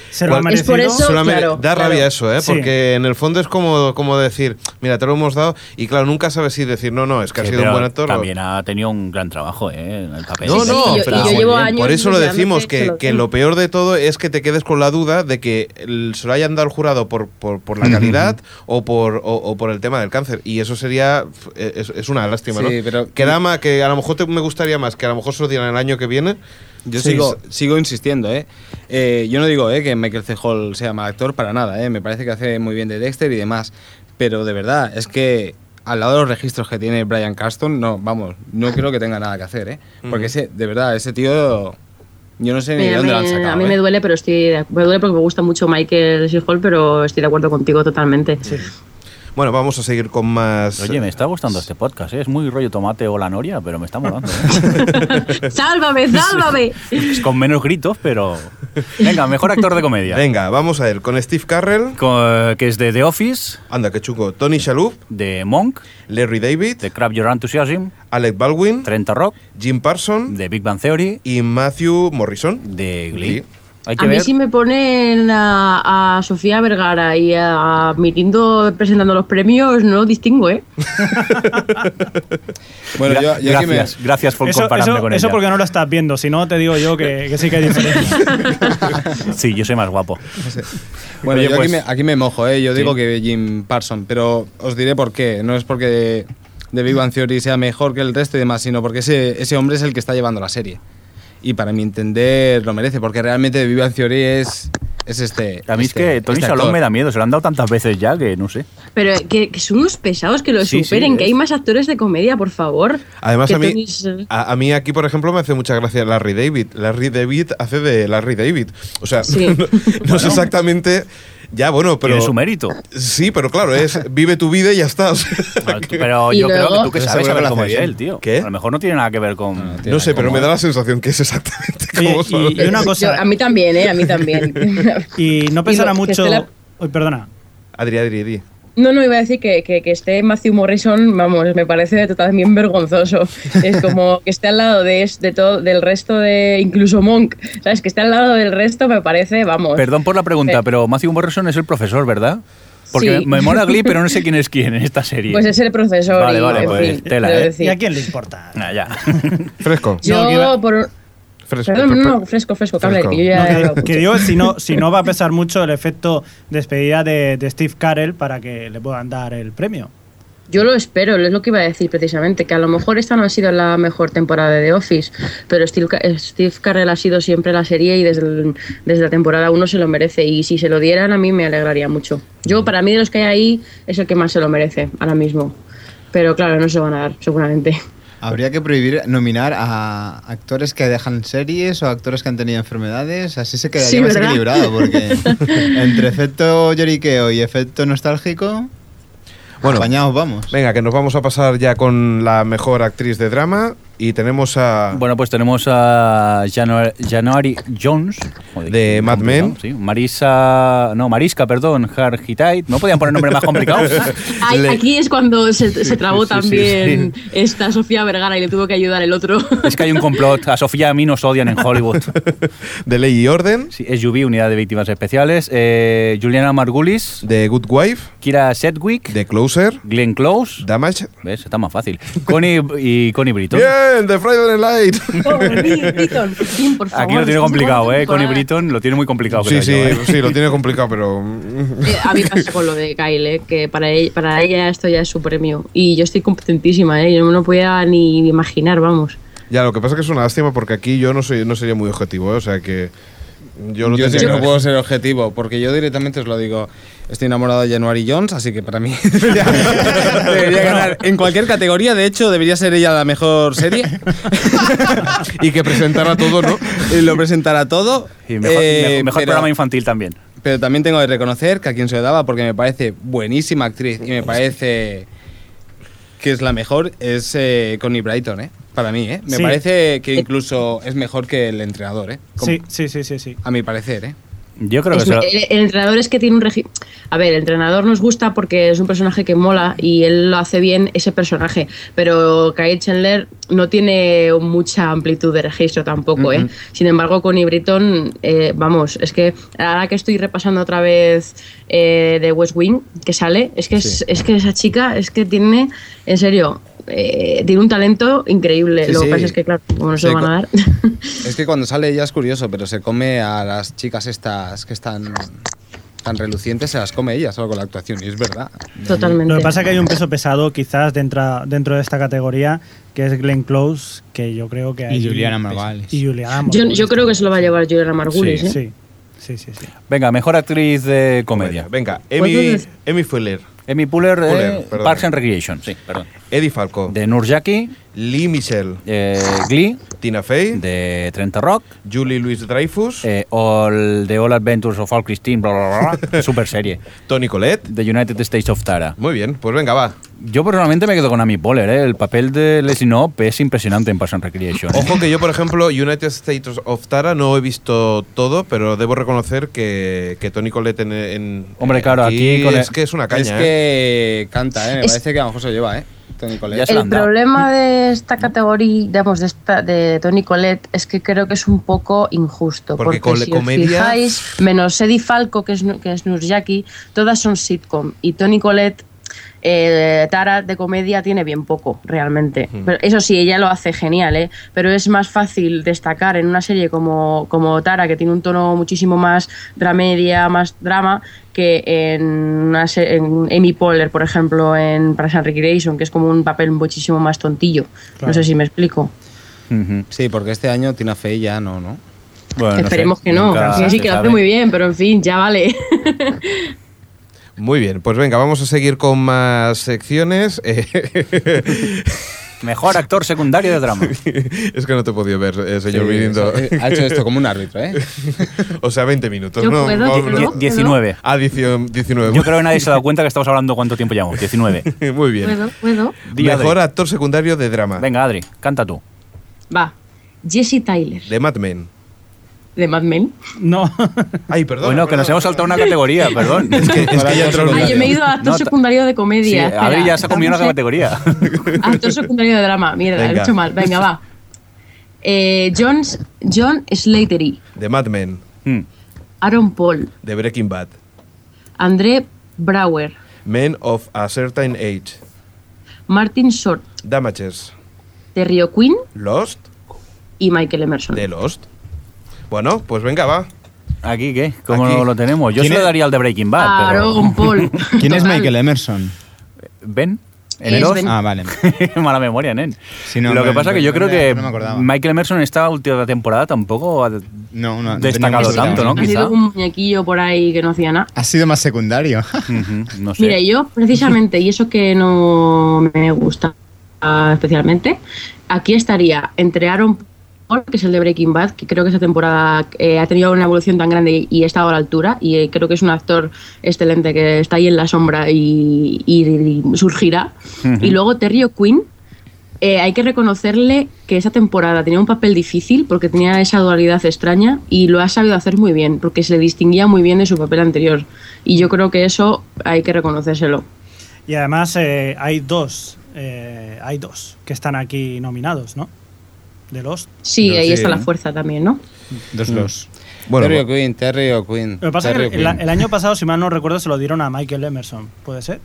Speaker 5: ¿Se lo ha
Speaker 2: Cual-
Speaker 5: merecido?
Speaker 6: por eso-
Speaker 2: solamente-
Speaker 6: claro,
Speaker 2: da
Speaker 6: claro.
Speaker 2: rabia eso, ¿eh?
Speaker 5: Sí.
Speaker 2: Porque en el fondo es como, como decir, mira, te lo hemos dado. Y claro, nunca sabes si decir, no, no, es que ha
Speaker 3: Sí,
Speaker 2: sido un
Speaker 3: pero
Speaker 2: buen actor. o-
Speaker 3: También ha tenido un gran trabajo ¿eh? en el papel.
Speaker 2: No,
Speaker 6: Pues Sí,
Speaker 2: no,
Speaker 6: sí, y yo-
Speaker 2: pero
Speaker 6: y yo
Speaker 2: muy
Speaker 6: llevo
Speaker 2: bien.
Speaker 6: años
Speaker 2: por eso lo
Speaker 6: deseando
Speaker 2: decimos,
Speaker 6: que
Speaker 2: que,
Speaker 6: se lo
Speaker 2: que
Speaker 6: den.
Speaker 2: lo peor de todo es que te quedes con la duda de que el- se lo hayan dado al jurado por, por, por la calidad o, por, o, o por el tema del cáncer. Y eso sería, eh, es, es una lástima,
Speaker 7: Sí,
Speaker 2: ¿no?
Speaker 7: pero-
Speaker 2: que, da ma- que a lo mejor te- me gustaría más, que a lo mejor se lo dieran el año que viene.
Speaker 7: Yo
Speaker 2: Sí,
Speaker 7: sigo, sigo insistiendo, ¿eh? Eh, Yo no digo eh, que Michael C. Hall sea mal actor para nada, ¿eh? Me parece que hace muy bien de Dexter y demás. Pero de verdad, es que al lado de los registros que tiene Brian Carston, no, vamos, no creo que tenga nada que hacer, ¿eh? Porque ese, de verdad, ese tío, yo no sé ni de
Speaker 6: Mira,
Speaker 7: dónde lo
Speaker 6: me-
Speaker 7: han sacado.
Speaker 6: a mí
Speaker 7: ¿eh?
Speaker 6: me duele, pero estoy de- me duele porque me gusta mucho Michael C. Hall, pero estoy de acuerdo contigo totalmente.
Speaker 2: Bueno, vamos a seguir con más.
Speaker 3: Oye, me está gustando este podcast, ¿eh? es muy rollo tomate o la noria, pero me está molando.
Speaker 2: [laughs]
Speaker 3: ¿eh?
Speaker 6: [laughs] ¡Sálvame, sálvame!
Speaker 3: Es Pues con menos gritos, pero... Venga, mejor actor de comedia.
Speaker 2: Venga, vamos a ver, con Steve Carrell.
Speaker 3: Co- que es de The Office,
Speaker 2: Anda, qué chungo. Tony Shalhoub,
Speaker 3: de Monk,
Speaker 2: Larry David,
Speaker 3: de Crab Your Enthusiasm,
Speaker 2: Alec Baldwin,
Speaker 3: 30 Rock,
Speaker 2: Jim Parsons
Speaker 3: de Big Bang Theory,
Speaker 2: y Matthew Morrison.
Speaker 3: de Glee.
Speaker 2: Glee.
Speaker 3: Hay que
Speaker 6: A mí
Speaker 3: ver.
Speaker 6: sí me ponen a, a Sofía Vergara y a Mirindo presentando los premios, no distingo, ¿eh?
Speaker 7: Bueno, yo,
Speaker 3: Gra-
Speaker 7: yo aquí me-
Speaker 3: gracias, gracias por
Speaker 5: Eso,
Speaker 3: compararme
Speaker 5: eso-
Speaker 3: con
Speaker 5: eso
Speaker 3: ella.
Speaker 5: porque no lo estás viendo, si no te digo yo que, que sí que hay diferencia.
Speaker 6: [laughs]
Speaker 3: Sí, yo soy más guapo.
Speaker 7: Bueno,
Speaker 3: Oye,
Speaker 7: yo
Speaker 3: pues-
Speaker 7: aquí, me, aquí me mojo, ¿eh? Yo digo que Jim Parsons, pero os diré por qué. No es porque The Big Bang Theory sea mejor que el resto y demás, sino porque ese, ese hombre es el que está llevando la serie. Y para mi entender lo merece, porque realmente The Big Bang Theory es, es este.
Speaker 3: A mí
Speaker 7: este-
Speaker 3: es que Tony
Speaker 7: este
Speaker 3: Salón
Speaker 7: actor.
Speaker 3: me da miedo, se lo han dado tantas veces ya que no sé.
Speaker 6: Pero que, que son unos pesados que lo
Speaker 3: Sí, sí,
Speaker 6: superen, que
Speaker 3: es.
Speaker 6: hay más actores de comedia, por favor.
Speaker 2: Además,
Speaker 6: Que eh.
Speaker 2: a mí,
Speaker 6: Tony se-
Speaker 2: a, a mí aquí, por ejemplo, me hace mucha gracia Larry David. Larry David hace de Larry David. O sea, [laughs]
Speaker 6: Sí. [laughs]
Speaker 2: no, no sé exactamente. Ya, bueno, pero.
Speaker 3: Tiene su
Speaker 6: [laughs]
Speaker 3: mérito.
Speaker 2: Sí, pero claro, es vive tu vida y ya está. o sea,
Speaker 3: Ah, tú- Pero
Speaker 6: Y
Speaker 3: yo creo
Speaker 6: luego-
Speaker 3: que tú que
Speaker 2: Pero seguro
Speaker 3: sabes a
Speaker 2: que
Speaker 3: ver
Speaker 2: lo
Speaker 3: cómo
Speaker 2: hace
Speaker 3: es
Speaker 2: bien.
Speaker 3: él, tío.
Speaker 2: ¿Qué?
Speaker 3: A lo mejor no tiene nada que ver con...
Speaker 2: no sé, pero me da la sensación que es exactamente
Speaker 5: Oye,
Speaker 2: como son.
Speaker 5: y, y una cosa,
Speaker 6: Yo- a mí también, ¿eh? A mí también.
Speaker 5: y no pensará
Speaker 6: Y lo- que
Speaker 5: mucho...
Speaker 6: esté la-
Speaker 5: Uy, perdona.
Speaker 2: Adri, Adri, Adri.
Speaker 6: No, no, iba a decir que, que, que esté Matthew Morrison, vamos, me parece totalmente vergonzoso. Es como que esté al lado de, es- de todo, del resto de, incluso Monk, ¿sabes? Que esté al lado del resto me parece, vamos.
Speaker 3: Perdón por la pregunta,
Speaker 6: Eh.
Speaker 3: pero Matthew Morrison es el profesor, ¿verdad? Porque
Speaker 6: Sí.
Speaker 3: me mola Glee, pero no
Speaker 6: [laughs]
Speaker 3: sé quién es quién en esta serie.
Speaker 6: Pues es el profesor.
Speaker 3: Vale,
Speaker 6: y,
Speaker 3: vale,
Speaker 6: en
Speaker 3: pues,
Speaker 6: fin,
Speaker 3: tela,
Speaker 6: quiero
Speaker 3: ¿eh?
Speaker 6: decir.
Speaker 5: ¿Y a quién le importa?
Speaker 3: Ah, ya. [laughs]
Speaker 2: Fresco.
Speaker 5: No,
Speaker 6: Yo,
Speaker 5: que iba-
Speaker 6: por.
Speaker 2: Fresco.
Speaker 6: Perdón, no, no, fresco, fresco, cable,
Speaker 2: Fresco.
Speaker 6: que yo
Speaker 5: No,
Speaker 6: ya.
Speaker 5: que- que digo, si
Speaker 6: [laughs]
Speaker 5: no, si no va a pesar mucho el efecto despedida de, de Steve Carell para que le puedan dar el premio.
Speaker 6: Yo lo espero, es lo que iba a decir precisamente, que a lo mejor esta no ha sido la mejor temporada de The Office, pero Steve, Ca- eh, Steve Carell ha sido siempre la serie y desde, el- desde la temporada 1 se lo merece y si se lo dieran a mí me alegraría mucho. Yo, para mí de los que hay ahí, es el que más se lo merece ahora mismo, pero claro, no se lo van a dar seguramente.
Speaker 4: Habría que prohibir nominar a actores que dejan series o actores que han tenido enfermedades. Así se quedaría
Speaker 6: Sí,
Speaker 4: más
Speaker 6: ¿verdad?
Speaker 4: equilibrado, porque
Speaker 6: [laughs]
Speaker 4: entre efecto lloriqueo y efecto nostálgico,
Speaker 2: Bueno.
Speaker 4: apañados vamos.
Speaker 2: Venga, que nos vamos a pasar ya con la mejor actriz de drama y tenemos a...
Speaker 3: Bueno, pues tenemos a Januar- January Jones. joder,
Speaker 2: De
Speaker 3: qué
Speaker 2: Mad
Speaker 3: complicado,
Speaker 2: Men.
Speaker 3: sí. Marisa. No, Marisca, perdón. Hargitite. No podían poner nombre más complicado.
Speaker 6: [laughs] Ay,
Speaker 2: Le-
Speaker 6: Aquí es cuando se, se trabó
Speaker 2: sí, sí,
Speaker 6: también esta Sofía Vergara y le tuvo que ayudar
Speaker 2: [laughs]
Speaker 6: el otro.
Speaker 3: es que hay un complot. A Sofía y a mí nos odian en Hollywood.
Speaker 2: De Ley y Orden,
Speaker 3: Sí, SUV, Unidad de Víctimas Especiales. eh, Juliana Margulis.
Speaker 2: de Good Wife,
Speaker 3: Kira Sedgwick.
Speaker 2: de Closer,
Speaker 3: Glenn Close.
Speaker 2: Damage...
Speaker 3: ¿Ves? Está más fácil. Connie y Connie Britton.
Speaker 2: Bien, de Friday Night Light.
Speaker 6: Aquí
Speaker 3: Aquí lo tiene complicado, ¿eh? Connie Britton lo tiene muy complicado.
Speaker 2: Sí,
Speaker 3: creo
Speaker 2: sí,
Speaker 3: yo, ¿eh?
Speaker 2: sí, lo
Speaker 3: [laughs]
Speaker 2: tiene complicado, pero... mm,
Speaker 6: Eh, a mí pasa con lo de Kyle, eh, que para ella, para ella esto ya es su premio. Y yo estoy competentísima, ¿eh? yo no me lo podía ni imaginar, vamos.
Speaker 2: Ya, lo que pasa es que es una lástima porque aquí yo no soy, no sería muy objetivo, ¿eh? o sea que... Yo no
Speaker 7: Yo sí
Speaker 2: tendría
Speaker 7: que
Speaker 2: que-
Speaker 7: no puedo ser objetivo, porque yo directamente os lo digo. Estoy enamorado de January Jones, así que para mí [laughs] debería, debería ganar. En cualquier categoría, de hecho, debería ser ella la mejor serie.
Speaker 2: [laughs] Y que presentara todo, ¿no?
Speaker 7: Y lo presentará todo.
Speaker 3: Y mejor
Speaker 7: Eh,
Speaker 3: mejor- mejor
Speaker 7: pero-
Speaker 3: programa infantil también.
Speaker 7: Pero también tengo que reconocer que a quien se lo daba, porque me parece buenísima actriz y me parece que es la mejor, es eh, Connie Brighton, ¿eh? Para mí, ¿eh? Me
Speaker 5: Sí.
Speaker 7: parece que incluso es mejor que el entrenador, ¿eh? Como-
Speaker 5: Sí, sí, sí, sí, sí.
Speaker 7: A mi parecer, ¿eh?
Speaker 3: Yo creo que
Speaker 6: Es-
Speaker 3: eso-
Speaker 6: el, el entrenador es que tiene un régimen. A ver, el entrenador nos gusta porque es un personaje que mola y él lo hace bien ese personaje. Pero Kyle Chandler no tiene mucha amplitud de registro tampoco, ¿eh?
Speaker 7: Ujú.
Speaker 6: Sin embargo, Connie Britton, eh, vamos, es que ahora que estoy repasando otra vez eh, de West Wing que sale, es que, es, es que esa chica es que tiene, en serio. eh, tiene un talento increíble.
Speaker 7: Sí,
Speaker 6: lo que
Speaker 7: sí.
Speaker 6: pasa es que, claro, como no
Speaker 7: Sí,
Speaker 6: se lo van a
Speaker 7: co-
Speaker 6: dar. [laughs]
Speaker 7: Es que cuando sale ella es curioso, pero se come a las chicas estas que están tan relucientes, se las come ella solo con la actuación, y es verdad.
Speaker 6: Totalmente.
Speaker 5: Lo que pasa es que hay un peso pesado quizás dentro, dentro de esta categoría, que es Glenn Close, que yo creo que hay...
Speaker 4: Juliana Margulis.
Speaker 5: Y Juliana
Speaker 6: Yo,
Speaker 5: Margulis
Speaker 6: yo creo que se lo va a llevar Juliana Margulis.
Speaker 5: Sí,
Speaker 6: ¿eh?
Speaker 5: sí, sí, sí. sí.
Speaker 3: Venga, mejor actriz de comedia.
Speaker 2: Venga,
Speaker 6: ¿Cuánto
Speaker 2: Emmy,
Speaker 6: es?
Speaker 2: Emmy Fuller,
Speaker 3: Amy Puller
Speaker 2: Puller,
Speaker 3: de
Speaker 2: perdón.
Speaker 3: Parks and Recreation. Sí, perdón.
Speaker 2: Eddie Falco,
Speaker 3: De Nurjaki,
Speaker 2: Lee Michelle,
Speaker 3: eh, Glee,
Speaker 2: Tina Fey,
Speaker 3: de 30 Rock,
Speaker 2: Julie Louis Dreyfus,
Speaker 3: eh, All, de All Adventures of All Christine, bla, bla,
Speaker 2: [laughs]
Speaker 3: bla, bla. super serie.
Speaker 2: Tony Colette.
Speaker 3: The United States of Tara.
Speaker 2: Muy bien, pues venga, va.
Speaker 3: Yo personalmente me quedo con Amy Poehler, ¿eh? el papel de Leslie Knopp es impresionante en Parks and Recreation. ¿eh?
Speaker 2: Ojo que yo, por ejemplo, United States of Tara no he visto todo, pero debo reconocer que, que Tony Colette en, en-
Speaker 3: Hombre, claro, aquí con
Speaker 2: es
Speaker 3: el-
Speaker 2: que es una
Speaker 7: Es
Speaker 2: caña, ¿eh?
Speaker 7: que canta, ¿eh? Me
Speaker 6: Es-
Speaker 7: parece que a lo mejor se lo [laughs] lleva, ¿eh? Tony Collette.
Speaker 3: Ya se lo
Speaker 6: El
Speaker 3: han dado. Mm.
Speaker 6: problema de esta categoría, digamos, de, esta, de Tony Colette, es que creo que es un poco injusto.
Speaker 2: Porque
Speaker 6: Porque,
Speaker 2: cole-
Speaker 6: si os
Speaker 2: comedia-
Speaker 6: fijáis, menos Eddie Falco, que es, Nu- que es Nurjaki, todas son sitcom. Y Tony Colette, eh, Tara de comedia, tiene bien poco, realmente.
Speaker 2: Hmm.
Speaker 6: Pero eso sí, ella lo hace genial, ¿eh? Pero es más fácil destacar en una serie como, como Tara, que tiene un tono muchísimo más dramedia, más drama, que en, una se- en Amy Poehler, por ejemplo, en Parks and Recreation, que es como un papel muchísimo más tontillo.
Speaker 5: Claro.
Speaker 6: No sé si me explico.
Speaker 3: Ujú.
Speaker 7: Sí, porque este año Tina Fey ya no, ¿no?
Speaker 3: Bueno, no sé,
Speaker 6: Esperemos que no.
Speaker 3: nunca
Speaker 6: Francina sí
Speaker 3: se
Speaker 6: que lo hace
Speaker 3: sabe.
Speaker 6: muy bien, pero en fin, ya vale.
Speaker 2: Muy bien, pues venga, vamos a seguir con más secciones. [laughs] Eh,
Speaker 3: Mejor actor secundario de
Speaker 2: [laughs]
Speaker 3: drama.
Speaker 2: es que no te he podido ver, eh, señor
Speaker 7: Sí,
Speaker 2: Mirindo.
Speaker 7: eso, eh, Ha hecho esto como un árbitro, ¿eh?
Speaker 2: O sea, 20 minutos,
Speaker 6: Yo
Speaker 2: ¿no?
Speaker 6: puedo,
Speaker 2: Vamos,
Speaker 6: yo
Speaker 2: no.
Speaker 6: creo.
Speaker 3: Die- 19.
Speaker 2: Ah, 19.
Speaker 3: Yo creo que nadie se ha dado cuenta que estamos hablando cuánto tiempo
Speaker 2: [laughs]
Speaker 3: llevamos. 19.
Speaker 2: Muy bien.
Speaker 6: ¿Puedo? ¿Puedo?
Speaker 3: Día
Speaker 2: Mejor
Speaker 3: de-
Speaker 2: actor secundario de drama.
Speaker 3: Venga, Adri, canta tú.
Speaker 6: Va. Jesse Tyler,
Speaker 2: De Mad
Speaker 3: [laughs]
Speaker 2: Men.
Speaker 6: de Mad Men. [laughs]
Speaker 5: No,
Speaker 2: Ay, perdón.
Speaker 3: bueno, que nos hemos saltado una categoría, perdón.
Speaker 2: [laughs] Es que, es que ya entró
Speaker 6: Ah, yo me he ido a actor
Speaker 3: No, ta-
Speaker 6: secundario de
Speaker 3: Sí,
Speaker 6: comedia. Espera,
Speaker 3: Adri ya se ha comido una
Speaker 6: estamos en- [laughs]
Speaker 3: categoría.
Speaker 6: Actor secundario de drama, mierda, lo
Speaker 2: Venga.
Speaker 6: he hecho mal. Venga, va. Eh, John, John Slatery,
Speaker 2: De Mad Men.
Speaker 3: Mm.
Speaker 6: Aaron Paul,
Speaker 2: De Breaking Bad.
Speaker 6: André Brauer,
Speaker 2: Men of a Certain Age.
Speaker 6: Martin Short,
Speaker 2: Damages.
Speaker 6: Terrio Quinn
Speaker 2: Lost.
Speaker 6: y Michael Emerson.
Speaker 2: De Lost. Bueno, pues venga, va.
Speaker 3: ¿Aquí qué? ¿Cómo
Speaker 2: Aquí.
Speaker 3: lo- lo tenemos? Yo
Speaker 4: ¿Quién
Speaker 3: se lo
Speaker 4: es?
Speaker 3: daría al de Breaking Bad,
Speaker 6: Aaron
Speaker 3: [laughs]
Speaker 6: Paul.
Speaker 4: [laughs] ¿Quién es
Speaker 6: Total.
Speaker 4: Michael Emerson?
Speaker 3: pero... ¿Ven? ¿En
Speaker 6: Es
Speaker 3: el dos?
Speaker 6: Ben.
Speaker 3: [laughs]
Speaker 4: Ah, vale.
Speaker 3: Mala memoria, nen.
Speaker 4: Sí, no,
Speaker 3: lo que
Speaker 4: me-
Speaker 3: pasa es que yo
Speaker 4: me-
Speaker 3: creo que
Speaker 4: no me acordaba.
Speaker 3: Michael Emerson en esta última temporada tampoco ha
Speaker 6: [laughs]
Speaker 4: No, no, no
Speaker 3: destacado
Speaker 4: tenía mucho
Speaker 3: tanto, ¿no?
Speaker 6: Ha
Speaker 3: Quizá.
Speaker 6: sido un muñequillo por ahí que no hacía nada.
Speaker 4: Ha sido más secundario.
Speaker 3: Ujú, no sé.
Speaker 6: Mira, yo precisamente, y eso que no me gusta ah, especialmente. Aquí estaría entre Aaron Paul, que es el de Breaking Bad, que creo que esta temporada eh, ha tenido una evolución tan grande y, y ha estado a la altura. Y eh, creo que es un actor excelente que está ahí en la sombra y, y- y surgirá. Y luego Terry Quinn. hay que reconocerle que esa temporada tenía un papel difícil porque tenía esa dualidad extraña y lo ha sabido hacer muy bien porque se distinguía muy bien de su papel anterior y yo creo que eso hay que reconocérselo.
Speaker 5: Y además eh, hay dos, eh, hay dos que están aquí nominados, ¿no? De los.
Speaker 6: Sí,
Speaker 7: Yo
Speaker 6: ahí
Speaker 7: sí,
Speaker 6: está la
Speaker 7: ¿no?
Speaker 6: fuerza también, ¿no?
Speaker 4: Dos los.
Speaker 2: Bueno,
Speaker 7: Terry O'Quinn, Terry O'Quinn.
Speaker 5: Lo que pasa es
Speaker 7: Terry
Speaker 5: que el,
Speaker 7: O'Quinn.
Speaker 5: el año pasado, si mal no recuerdo, se lo dieron a Michael Emerson, ¿puede ser?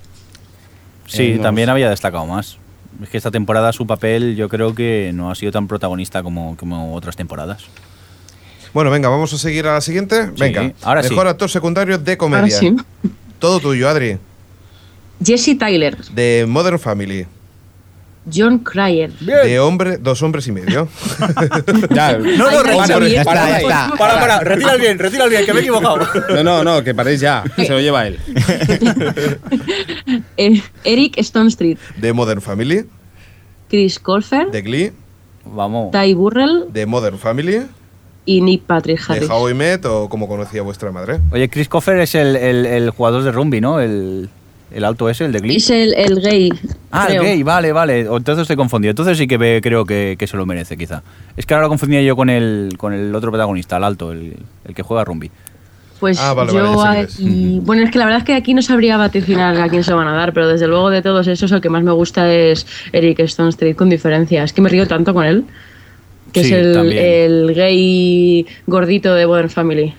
Speaker 3: Sí,
Speaker 7: Eh, no
Speaker 3: también
Speaker 7: lo
Speaker 3: había destacado más. Es que esta temporada su papel yo creo que no ha sido tan protagonista como, como otras temporadas.
Speaker 2: bueno, venga, vamos a seguir a la siguiente. Venga,
Speaker 3: ahora sí.
Speaker 2: mejor actor secundario de comedia.
Speaker 6: Ahora sí.
Speaker 2: Todo tuyo, Adri.
Speaker 6: Jesse Tyler,
Speaker 2: De Modern Family.
Speaker 6: John Cryer.
Speaker 2: De hombre, dos hombres y medio.
Speaker 5: [laughs]
Speaker 7: Ya,
Speaker 3: No, no,
Speaker 6: Ay,
Speaker 3: retira.
Speaker 6: Gabriel.
Speaker 4: Ya está, ya está.
Speaker 3: Pues, Para, para, retira el bien, retira el bien, que me he equivocado.
Speaker 7: no, no, no, que paréis ya. Se lo lleva él.
Speaker 6: Eh, Eric Stone Street,
Speaker 2: De Modern Family.
Speaker 6: Chris Colfer,
Speaker 2: De Glee.
Speaker 3: [laughs] Vamos.
Speaker 6: Ty Burrell
Speaker 2: De Modern Family.
Speaker 6: y Nick Patrick Harris.
Speaker 2: De How I Met o como conocía vuestra madre.
Speaker 3: Oye, Chris Coffer es el, el- el jugador de rugby, ¿no? El, el alto ese, el de Glee.
Speaker 6: Es el, el gay.
Speaker 3: Ah, el
Speaker 6: creo.
Speaker 3: gay, vale, vale. O Entonces estoy confundido. Entonces sí que ve- creo que, que se lo merece, quizá. Es que ahora lo confundía yo con el, con el otro protagonista, el alto, el, el que juega rugby.
Speaker 6: Pues
Speaker 2: Ah, vale,
Speaker 6: yo
Speaker 2: vale, ya sé quién
Speaker 6: aquí- Bueno, es que la verdad es que aquí no sabría vaticinar a quién se van a dar, pero desde luego de todos esos el que más me gusta es Eric Stone Street, con diferencia. Es que me río tanto con él, que
Speaker 3: Sí,
Speaker 6: es el,
Speaker 3: también.
Speaker 6: el gay gordito de Modern Family.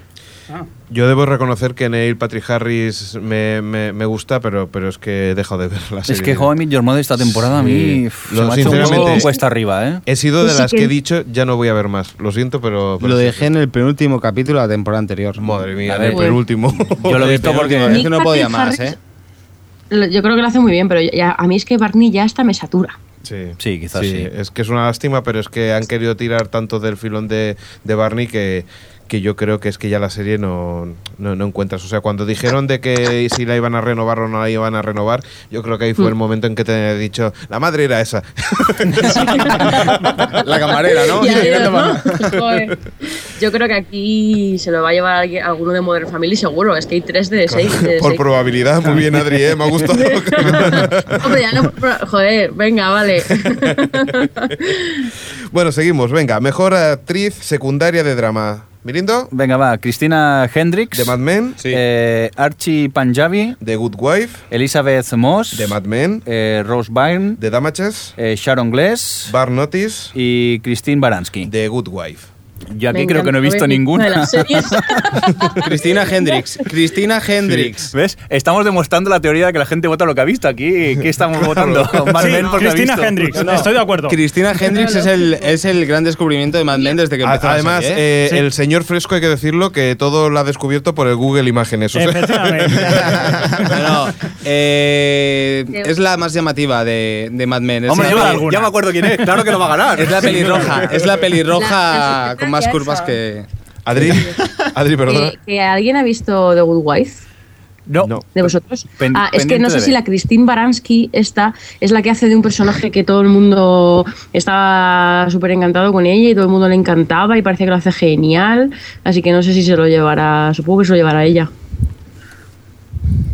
Speaker 2: Yo debo reconocer que Neil Patrick Harris me, me- me gusta, pero, pero es que he dejado de ver la serie.
Speaker 3: Es que How I Met Your Mother esta temporada a
Speaker 2: Sí.
Speaker 3: mí uf,
Speaker 2: Lo-
Speaker 3: se me ha hecho un
Speaker 2: sinceramente-
Speaker 3: poco cuesta arriba, ¿eh?
Speaker 2: He sido
Speaker 6: Pues
Speaker 2: de
Speaker 6: sí
Speaker 2: las que...
Speaker 6: que-
Speaker 2: he dicho, ya no voy a ver más. Lo siento, pero... pero
Speaker 7: Lo
Speaker 2: sí.
Speaker 7: dejé en el penúltimo capítulo de la temporada anterior.
Speaker 2: Madre mía,
Speaker 3: A
Speaker 2: en el
Speaker 3: ver.
Speaker 2: penúltimo.
Speaker 3: Yo lo he visto porque...
Speaker 7: Este Es que
Speaker 6: Nick
Speaker 7: no podía
Speaker 6: Patrick
Speaker 7: más,
Speaker 6: Harris-
Speaker 7: ¿eh?
Speaker 6: Lo- Yo creo que lo hace muy bien, pero ya- a mí es que Barney ya hasta me satura.
Speaker 2: Sí,
Speaker 3: Sí, quizás sí.
Speaker 2: Es que es una lástima, pero es que han querido tirar tanto del filón de, de Barney que, que yo creo que es que ya la serie no, no, no encuentras. O sea, cuando dijeron de que si la iban a renovar o no la iban a renovar, yo creo que ahí fue el momento en que te he dicho, la madre era esa.
Speaker 7: La camarera,
Speaker 6: [laughs]
Speaker 7: Ah, ¿no?
Speaker 6: Ya
Speaker 7: Mirando
Speaker 6: veo,
Speaker 7: para-
Speaker 6: ¿no? [laughs] Joder. Yo creo que aquí se lo va a llevar alguien- alguno de Modern Family seguro. Es que hay tres de seis. de
Speaker 2: Por
Speaker 6: seis.
Speaker 2: probabilidad, muy bien, Adri, ¿eh? me ha gustado.
Speaker 6: Hombre, ya no- joder, venga,
Speaker 7: [laughs]
Speaker 6: vale.
Speaker 2: bueno, seguimos, venga. Mejor actriz secundaria de drama. Mirindo,
Speaker 3: Venga, va. Cristina Hendricks.
Speaker 2: de Mad Men,
Speaker 7: Sí.
Speaker 3: eh, Archie Panjabi.
Speaker 2: de Good Wife,
Speaker 3: Elizabeth Moss.
Speaker 2: de Mad Men,
Speaker 3: eh, Rose Byrne.
Speaker 2: de Damages,
Speaker 3: eh, Sharon Glass.
Speaker 2: Bar Notice,
Speaker 3: y Christine Baranski.
Speaker 2: de Good Wife.
Speaker 3: Yo aquí
Speaker 6: Me
Speaker 3: creo que no he
Speaker 6: encanta
Speaker 3: visto
Speaker 6: ver ninguna de
Speaker 3: ninguna. [laughs]
Speaker 6: [laughs] las series.
Speaker 7: Cristina Hendrix. Cristina Hendrix.
Speaker 3: ¿Ves? Estamos demostrando la teoría de que la gente vota lo que ha visto aquí. ¿Qué estamos votando? Mad
Speaker 5: Sí,
Speaker 3: Men porque ha
Speaker 5: Cristina
Speaker 3: visto.
Speaker 5: Hendricks, estoy de acuerdo.
Speaker 7: Cristina Hendrix es el, es el gran descubrimiento de Mad Men desde que
Speaker 2: A-
Speaker 7: empezó la
Speaker 2: Además,
Speaker 7: serie, ¿eh?
Speaker 2: eh, el señor fresco hay que decirlo que todo lo ha descubierto por el Google Imágenes. o sea.
Speaker 5: Efectivamente.
Speaker 7: [laughs] No, no, eh, es la más llamativa de, de Mad Men. Es
Speaker 3: Hombre, ya,
Speaker 7: la peli-
Speaker 3: me- ya me acuerdo quién es. Claro que lo va a ganar.
Speaker 7: Es
Speaker 2: [laughs]
Speaker 7: la pelirroja, es la pelirroja
Speaker 6: La- la
Speaker 7: con más
Speaker 6: secretaria
Speaker 7: curvas
Speaker 6: esa.
Speaker 7: que...
Speaker 2: Adri, Adri, perdona.
Speaker 6: ¿Que, que alguien ha visto The Good Wife
Speaker 3: No.
Speaker 2: No.
Speaker 6: de vosotros.
Speaker 3: Pen-
Speaker 6: ah, es que
Speaker 3: pendiente
Speaker 6: no sé
Speaker 3: de
Speaker 6: si
Speaker 3: ver.
Speaker 6: la Christine Baranski esta es la que hace de un personaje que todo el mundo estaba súper encantado con ella y todo el mundo le encantaba y parece que lo hace genial. Así que no sé si se lo llevará, supongo que se lo llevará ella.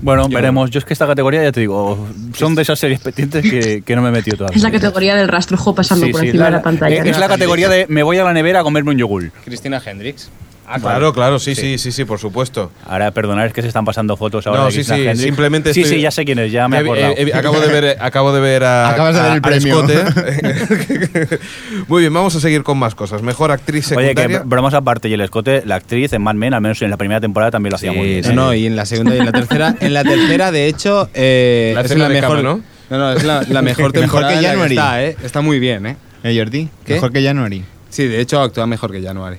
Speaker 3: Bueno, veremos. Yo es que esta categoría, ya te digo, son de esas series pendientes que, que no me he metido todavía.
Speaker 6: Es la categoría del rastrojo pasando
Speaker 3: Sí,
Speaker 6: por
Speaker 3: sí,
Speaker 6: encima de la pantalla.
Speaker 3: Es la categoría de me voy a la nevera a comerme un yogur.
Speaker 7: Cristina Hendrix.
Speaker 2: Ah, claro, claro, sí, sí, sí, sí, por supuesto.
Speaker 3: Ahora, perdonad, es que se están pasando fotos ahora
Speaker 2: No,
Speaker 3: de
Speaker 2: sí,
Speaker 3: Cristina
Speaker 2: sí,
Speaker 3: Hendricks.
Speaker 2: simplemente
Speaker 3: Sí,
Speaker 2: estoy-
Speaker 3: sí, ya sé quién es, ya me he
Speaker 2: Eh,
Speaker 3: acordado.
Speaker 2: eh, eh, acabo de ver, acabo de ver a.
Speaker 4: Acabas de ver el
Speaker 2: al
Speaker 4: premio. [laughs]
Speaker 2: escote. Muy bien, vamos a seguir con más cosas. Mejor actriz
Speaker 3: Oye,
Speaker 2: secundaria.
Speaker 3: que bromas aparte, y el escote, la actriz en Mad Men, al menos en la primera temporada, también lo hacía
Speaker 2: Sí,
Speaker 3: muy bien.
Speaker 2: sí.
Speaker 3: ¿eh?
Speaker 7: No, no, y en la segunda y en la tercera. En la tercera, de hecho, eh,
Speaker 2: La
Speaker 7: es
Speaker 2: escena
Speaker 7: la
Speaker 2: de
Speaker 7: mejor.
Speaker 2: cama, ¿no?
Speaker 7: no, no, es la,
Speaker 2: [laughs]
Speaker 7: la
Speaker 4: Mejor
Speaker 7: mejor
Speaker 4: que
Speaker 7: temporada. en la
Speaker 4: January.
Speaker 7: está, ¿eh? Está muy bien, ¿eh?
Speaker 4: Eh, Jordi,
Speaker 7: ¿Qué?
Speaker 4: mejor que January.
Speaker 7: Sí, de hecho, actúa mejor que January.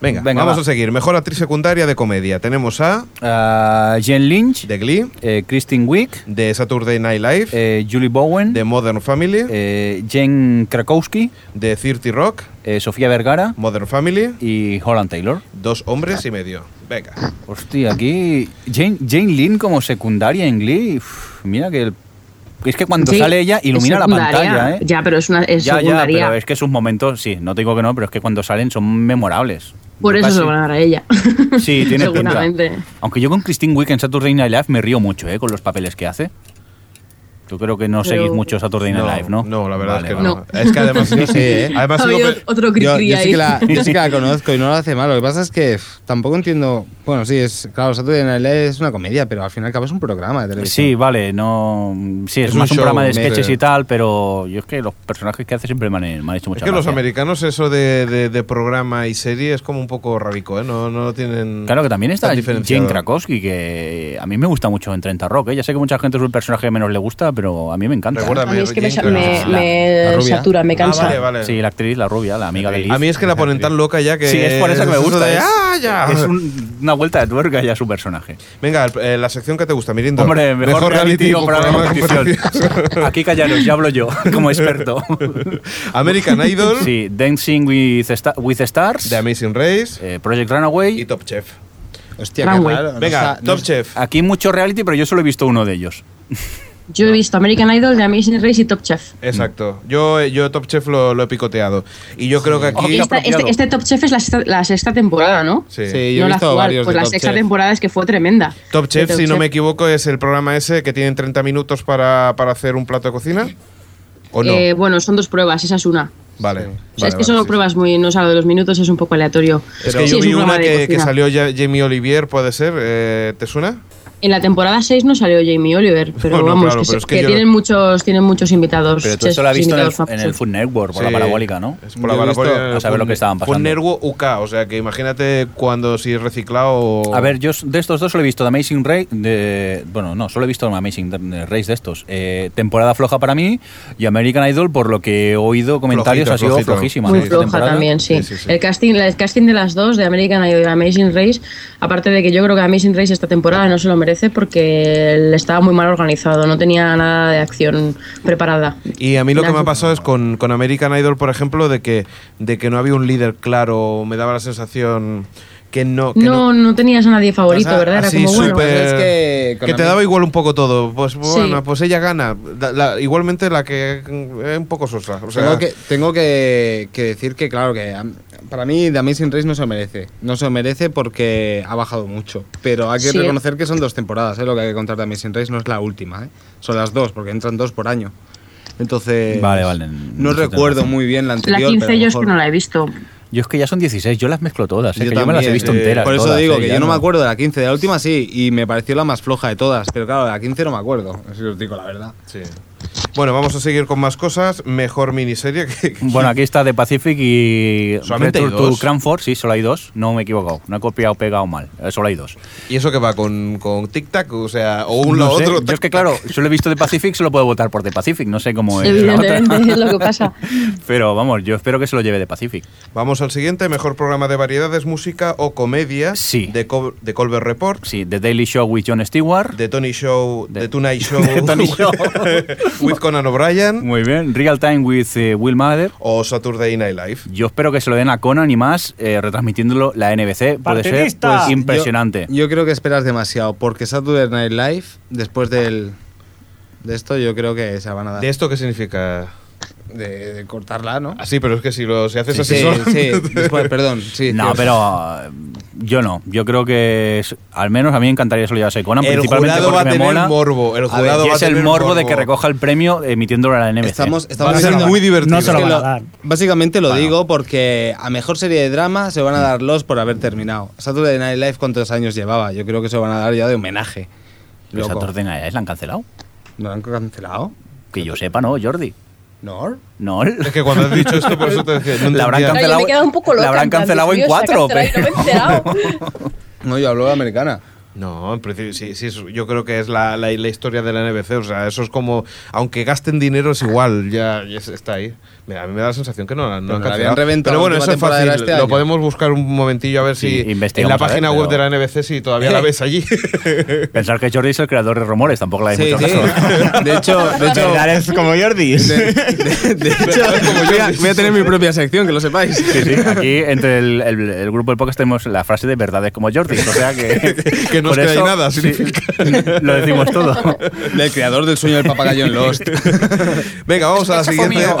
Speaker 2: Venga,
Speaker 3: Venga,
Speaker 2: vamos
Speaker 3: va.
Speaker 2: a seguir. Mejor actriz secundaria de comedia. Tenemos a
Speaker 3: Ah, Jen Lynch,
Speaker 2: The Glee,
Speaker 3: eh, Kristen Wiig,
Speaker 2: de Saturday Night Live,
Speaker 3: eh, Julie Bowen,
Speaker 2: de Modern Family,
Speaker 3: eh, Jen Krakowski,
Speaker 2: de 30 Rock,
Speaker 3: eh, Sofía Vergara
Speaker 2: Modern Family,
Speaker 3: y Holland Taylor.
Speaker 2: dos hombres y medio. Venga.
Speaker 3: Hostia, aquí Jane, Jane Lynn como secundaria en Glee. uf, mira que el Es que cuando
Speaker 6: Sí,
Speaker 3: sale ella,
Speaker 6: es
Speaker 3: ilumina la
Speaker 6: secundaria.
Speaker 3: pantalla, ¿eh?
Speaker 6: Ya, pero es una es
Speaker 3: ya, ya,
Speaker 6: secundaria.
Speaker 3: pero es que sus momentos, sí, no te digo que no, pero es que cuando salen son memorables.
Speaker 6: Por
Speaker 3: Yo
Speaker 6: eso
Speaker 3: casi-
Speaker 6: se lo van a dar a ella. [laughs]
Speaker 3: Sí, tiene pinta.
Speaker 6: Seguramente.
Speaker 3: Aunque yo con Christine Wick en Saturday Night Live me río mucho, ¿eh? Con los papeles que hace. Yo creo que no
Speaker 6: Pero-
Speaker 3: seguís mucho Saturday Night
Speaker 2: No,
Speaker 3: Live, ¿no?
Speaker 2: la verdad es
Speaker 3: Vale,
Speaker 2: que
Speaker 3: vale.
Speaker 2: no.
Speaker 6: No.
Speaker 2: Es que
Speaker 7: [laughs]
Speaker 2: además,
Speaker 7: Yo sí, ¿eh?
Speaker 2: además
Speaker 6: Ha
Speaker 2: es lo
Speaker 6: habido
Speaker 2: que-
Speaker 6: otro cri
Speaker 7: Yo,
Speaker 6: cri
Speaker 7: yo sí
Speaker 6: ahí.
Speaker 7: que la, yo sí que la conozco y no lo hace mal. Lo que pasa es que pff, tampoco entiendo. Bueno, sí, es claro, Saturday Night Live es una comedia, pero al final y al cabo es un programa de televisión.
Speaker 3: Sí, vale, no. Sí, es,
Speaker 2: Es
Speaker 3: más
Speaker 2: un show,
Speaker 3: un, programa
Speaker 2: me-
Speaker 3: de sketches y tal, pero yo es que los personajes que hace siempre me han, me han hecho
Speaker 2: Es
Speaker 3: mucha
Speaker 2: que los
Speaker 3: gracia.
Speaker 2: americanos eso de, de- de programa y serie es como un poco rarico, ¿eh? No, no lo tienen...
Speaker 3: Mm. Claro que también está
Speaker 2: tan
Speaker 3: Jane
Speaker 2: diferenciado.
Speaker 3: Krakowski, que a mí me gusta mucho en 30 Rock. ¿eh? Ya sé que mucha gente es un personaje que menos le gusta, pero a mí me encanta. ¿eh?
Speaker 6: A
Speaker 2: Recuérdame,
Speaker 6: mí es que me,
Speaker 2: Jane
Speaker 6: sa- me,
Speaker 2: Krakowski.
Speaker 6: me
Speaker 7: La rubia.
Speaker 6: satura, me
Speaker 2: Ah,
Speaker 6: cansa.
Speaker 2: vale, vale.
Speaker 3: Sí, la actriz, la rubia, la amiga de Liz.
Speaker 2: A mí es que la ponen tan loca ya que...
Speaker 3: Sí, es por eso que me gusta.
Speaker 2: de,
Speaker 3: es-
Speaker 2: ¡Ah, ya!
Speaker 3: Es un- una vuelta de tuerca ya su personaje.
Speaker 2: Venga, el- eh, la sección que te gusta, Mirindo.
Speaker 3: Hombre, mejor, reality o programa de
Speaker 2: competición. [laughs]
Speaker 3: competición. Aquí callaros, ya hablo yo, [laughs] como experto.
Speaker 2: American Idol,
Speaker 3: Sí, Dancing with, Sta- with Stars,
Speaker 2: The Amazing Race
Speaker 3: eh, Project
Speaker 2: y
Speaker 3: Runaway.
Speaker 2: Top Chef.
Speaker 7: Hostia, qué
Speaker 6: Runway.
Speaker 7: raro. no
Speaker 2: Venga,
Speaker 7: está- no
Speaker 2: Top
Speaker 7: es- Ah.
Speaker 2: Chef.
Speaker 3: Aquí mucho reality, pero yo solo he visto uno de ellos.
Speaker 6: Yo he visto American Idol, The Amazing Race y Top Chef.
Speaker 2: Exacto. Yo, eh, yo Top Chef lo, lo he picoteado. Y yo creo que
Speaker 3: Ojo,
Speaker 2: aquí...
Speaker 3: qué
Speaker 6: Esta-
Speaker 3: apropiado.
Speaker 6: este, este Top Chef es la sexta, la sexta temporada, ¿no?
Speaker 2: Sí.
Speaker 7: Sí, yo
Speaker 6: no
Speaker 7: he
Speaker 6: la
Speaker 7: visto
Speaker 6: actual,
Speaker 7: varios
Speaker 6: pues
Speaker 7: de
Speaker 6: la
Speaker 7: Top
Speaker 6: sexta
Speaker 7: Chef.
Speaker 6: temporada es que fue tremenda.
Speaker 2: Top Chef,
Speaker 6: De
Speaker 2: si no
Speaker 6: Chef.
Speaker 2: me equivoco, es el programa ese que tienen 30 minutos para, para hacer un plato de cocina. ¿O no?
Speaker 6: Eh, bueno, son dos pruebas, esa es una.
Speaker 2: vale.
Speaker 6: O sea,
Speaker 2: vale,
Speaker 6: es que
Speaker 2: vale,
Speaker 6: solo
Speaker 2: sí, sí.
Speaker 6: pruebas muy, no sabes de los minutos, es un poco aleatorio.
Speaker 2: Es que
Speaker 6: Sí,
Speaker 2: yo
Speaker 6: es
Speaker 2: vi
Speaker 6: un programa
Speaker 2: una
Speaker 6: de
Speaker 2: que, que
Speaker 6: cocina.
Speaker 2: salió ya Jamie Olivier, puede ser. eh, ¿Te suena?
Speaker 6: En la temporada 6 no salió Jamie Oliver, pero
Speaker 2: No, no,
Speaker 6: vamos,
Speaker 2: claro,
Speaker 6: que,
Speaker 2: pero
Speaker 6: se-
Speaker 2: es que
Speaker 6: que
Speaker 2: yo
Speaker 6: tienen,
Speaker 2: no-
Speaker 6: muchos, tienen muchos invitados.
Speaker 3: Pero tú
Speaker 6: chefs
Speaker 3: eso lo has visto en el,
Speaker 6: invitados
Speaker 3: en el
Speaker 6: famosos.
Speaker 3: Food Network, por la
Speaker 2: Sí.
Speaker 3: parabólica, ¿no?
Speaker 2: Es por
Speaker 7: Yo
Speaker 2: la
Speaker 7: he visto-
Speaker 2: parabólica.
Speaker 3: A saber lo que estaban pasando.
Speaker 2: Fue Nervo UK, o sea que imagínate cuando si es reciclado o...
Speaker 3: A ver, yo s- de estos dos solo he visto The Amazing Race. De, bueno, no, solo he visto The Amazing Race de estos. Eh, temporada floja para mí y American Idol, por lo que he oído comentarios,
Speaker 2: Flojito,
Speaker 3: ha sido
Speaker 2: flojito.
Speaker 3: flojísima.
Speaker 6: Muy
Speaker 3: ¿no? Esta
Speaker 6: floja
Speaker 3: temporada.
Speaker 6: también, sí.
Speaker 2: Sí, sí, sí.
Speaker 6: El, casting, el casting de las dos, de American Idol y de Amazing Race, aparte de que yo creo que Amazing Race esta temporada no se lo merece porque él estaba muy mal organizado, no tenía nada de acción preparada.
Speaker 2: Y a mí lo que me ha
Speaker 6: Las-
Speaker 2: pasado es con, con American Idol, por ejemplo, de que, de que no había un líder claro, me daba la sensación que no... Que
Speaker 6: No, no tenías a nadie favorito,
Speaker 2: O sea,
Speaker 6: ¿verdad? Era
Speaker 2: así
Speaker 6: como bueno.
Speaker 2: súper-
Speaker 7: Es que con
Speaker 2: que te
Speaker 7: Ameri-
Speaker 2: daba igual un poco todo. Pues
Speaker 6: Sí.
Speaker 2: bueno, pues ella gana. Da- la- igualmente la que mm, es un poco sosa. O sea,
Speaker 7: tengo que, tengo que, que decir que, claro, que am- para mí The Amazing Race no se lo merece. No se lo merece porque ha bajado mucho. Pero hay que
Speaker 6: Sí.
Speaker 7: reconocer que son dos temporadas, ¿eh? lo que hay que contar de Amazing Race no es la última. ¿eh? Son las dos, porque entran dos por año. Entonces,
Speaker 3: Vale, vale,
Speaker 7: no
Speaker 3: sí, tienes
Speaker 7: recuerdo
Speaker 3: razón.
Speaker 7: muy bien la
Speaker 6: La
Speaker 7: anterior. pero a
Speaker 6: 15
Speaker 7: lo
Speaker 6: yo es que
Speaker 7: mejor-
Speaker 6: no la he visto.
Speaker 3: Yo es que ya son 16, yo las mezclo todas, ¿eh?
Speaker 7: Yo
Speaker 3: que yo me las he
Speaker 7: también,
Speaker 3: visto
Speaker 7: eh,
Speaker 3: enteras.
Speaker 7: Por eso
Speaker 3: todas,
Speaker 7: digo
Speaker 3: ¿eh?
Speaker 7: que
Speaker 3: Ya
Speaker 7: yo no me acuerdo de la 15, de la última sí, y me pareció la más floja de todas, pero claro, de la 15 no me acuerdo, si os digo la verdad.
Speaker 2: sí. Bueno, vamos a seguir con más cosas. Mejor miniserie que...
Speaker 3: Bueno, aquí está The Pacific y
Speaker 2: Solamente
Speaker 3: Return
Speaker 2: hay dos.
Speaker 3: to Cranford, sí, solo hay dos, no me he equivocado, no he copiado, pegado mal, eh, solo hay dos.
Speaker 2: ¿Y eso que va con, con Tic Tac? O sea, o uno
Speaker 3: No
Speaker 2: o
Speaker 3: sé,
Speaker 2: otro.
Speaker 3: Yo es que claro, solo he visto The Pacific, solo puedo votar por The Pacific, no sé cómo es la otra.
Speaker 6: Evidentemente, es lo que pasa.
Speaker 3: Pero vamos, yo espero que se lo lleve The Pacific.
Speaker 2: Vamos al siguiente. Mejor programa de variedades, música o comedia
Speaker 3: Sí.
Speaker 2: de, Co- de Colbert Report.
Speaker 3: Sí, The Daily Show with John Stewart.
Speaker 2: The Tony Show,
Speaker 3: De-
Speaker 2: The, [laughs] Tonight Show,
Speaker 3: The Tony Show.
Speaker 2: with Conan [laughs] O'Brien
Speaker 3: Muy bien, Real Time with eh, Will Mather.
Speaker 2: o Saturday Night Live.
Speaker 3: Yo espero que se lo den a Conan y más, eh, retransmitiéndolo la NBC. Puede ser
Speaker 5: ¡Partidista!
Speaker 3: pues,
Speaker 5: Yo-
Speaker 3: impresionante.
Speaker 7: Yo, yo creo que esperas demasiado, porque Saturday Night Live, después del, de esto, yo creo que se la van a dar.
Speaker 2: ¿De esto qué significa?
Speaker 7: De, de cortarla, ¿no?
Speaker 2: Así, pero es que si lo si haces
Speaker 7: Sí,
Speaker 2: así
Speaker 7: sí,
Speaker 2: solo- [laughs]
Speaker 7: sí, [laughs] después, perdón, sí.
Speaker 3: no,
Speaker 7: tío.
Speaker 3: pero eh, yo no. Yo creo que es- al menos a mí me encantaría que se lo llevase Conan,
Speaker 2: El
Speaker 3: principalmente
Speaker 2: jurado
Speaker 3: porque
Speaker 2: va a
Speaker 3: me
Speaker 2: tener
Speaker 3: mola.
Speaker 2: morbo. El
Speaker 3: A ver,
Speaker 2: jurado
Speaker 3: y
Speaker 2: va a
Speaker 3: es el
Speaker 2: tener
Speaker 3: morbo, de
Speaker 2: morbo.
Speaker 3: que recoja el premio emitiéndolo a la NBC.
Speaker 7: Estamos,
Speaker 2: Va
Speaker 7: estamos
Speaker 2: a ser
Speaker 7: diciendo-
Speaker 2: muy divertido.
Speaker 5: No se lo
Speaker 7: Es que
Speaker 5: van a
Speaker 7: lo-
Speaker 5: dar.
Speaker 7: Básicamente lo
Speaker 3: Bueno.
Speaker 7: digo porque a mejor serie de drama se van a dar los por haber terminado. Saturday Night Live, ¿cuántos años llevaba? Yo creo que se lo van a dar ya de homenaje.
Speaker 3: Pero
Speaker 7: Loco.
Speaker 3: Saturday Night Live la han cancelado.
Speaker 7: ¿No lo han cancelado?
Speaker 3: Que yo sepa, ¿no, Jordi?
Speaker 7: ¿No?
Speaker 3: No.
Speaker 2: Es que cuando has dicho esto, por eso te decía, no
Speaker 3: La habrán
Speaker 2: entendía.
Speaker 3: cancelado.
Speaker 8: Claro, yo me he quedado un poco loca,
Speaker 3: La habrán
Speaker 8: en plan,
Speaker 3: cancelado
Speaker 8: Dios mío,
Speaker 3: en
Speaker 8: se ha
Speaker 3: cuatro.
Speaker 8: cancelado y no me he
Speaker 3: pero-
Speaker 7: No, yo hablo de americana.
Speaker 2: No, en principio sí, sí, eso- yo creo que es la, la- la historia de la NBC. O sea, eso es como, aunque gasten dinero, es igual, ya, ya se- está ahí. Mira, a mí me da la sensación que no, la- no
Speaker 7: Pero
Speaker 2: han
Speaker 7: no la habían
Speaker 2: cancelado.
Speaker 7: reventado
Speaker 2: Pero bueno,
Speaker 7: la
Speaker 2: eso es
Speaker 7: última
Speaker 2: fácil.
Speaker 7: temporada este
Speaker 2: lo
Speaker 7: año.
Speaker 2: podemos buscar un momentillo a ver
Speaker 3: Sí,
Speaker 2: si en
Speaker 3: investigamos
Speaker 2: la
Speaker 3: a ver,
Speaker 2: página web de
Speaker 3: pero-
Speaker 2: la NBC si todavía la ves
Speaker 7: [laughs]
Speaker 2: allí.
Speaker 3: [laughs] Pensar que Jordi es el creador de rumores, tampoco la hay
Speaker 7: Sí,
Speaker 3: mucho
Speaker 7: sí.
Speaker 3: caso.
Speaker 7: [laughs] De hecho, de hecho,
Speaker 4: Verdad, es como Jordi.
Speaker 7: [laughs] de [laughs] hecho, voy, a, voy a tener mi propia sección, que lo sepáis. [laughs]
Speaker 3: Sí, sí, aquí entre el, el- el grupo del podcast tenemos la frase de verdades como Jordi, o sea que,
Speaker 2: que nos
Speaker 3: por
Speaker 2: queda
Speaker 3: eso-
Speaker 2: ahí nada,
Speaker 3: sí,
Speaker 2: significa.
Speaker 3: [laughs] lo decimos todo.
Speaker 7: Del creador del sueño del papagayo en Lost.
Speaker 2: [laughs] Venga, vamos a la
Speaker 3: Ese fue
Speaker 2: siguiente.
Speaker 3: mío.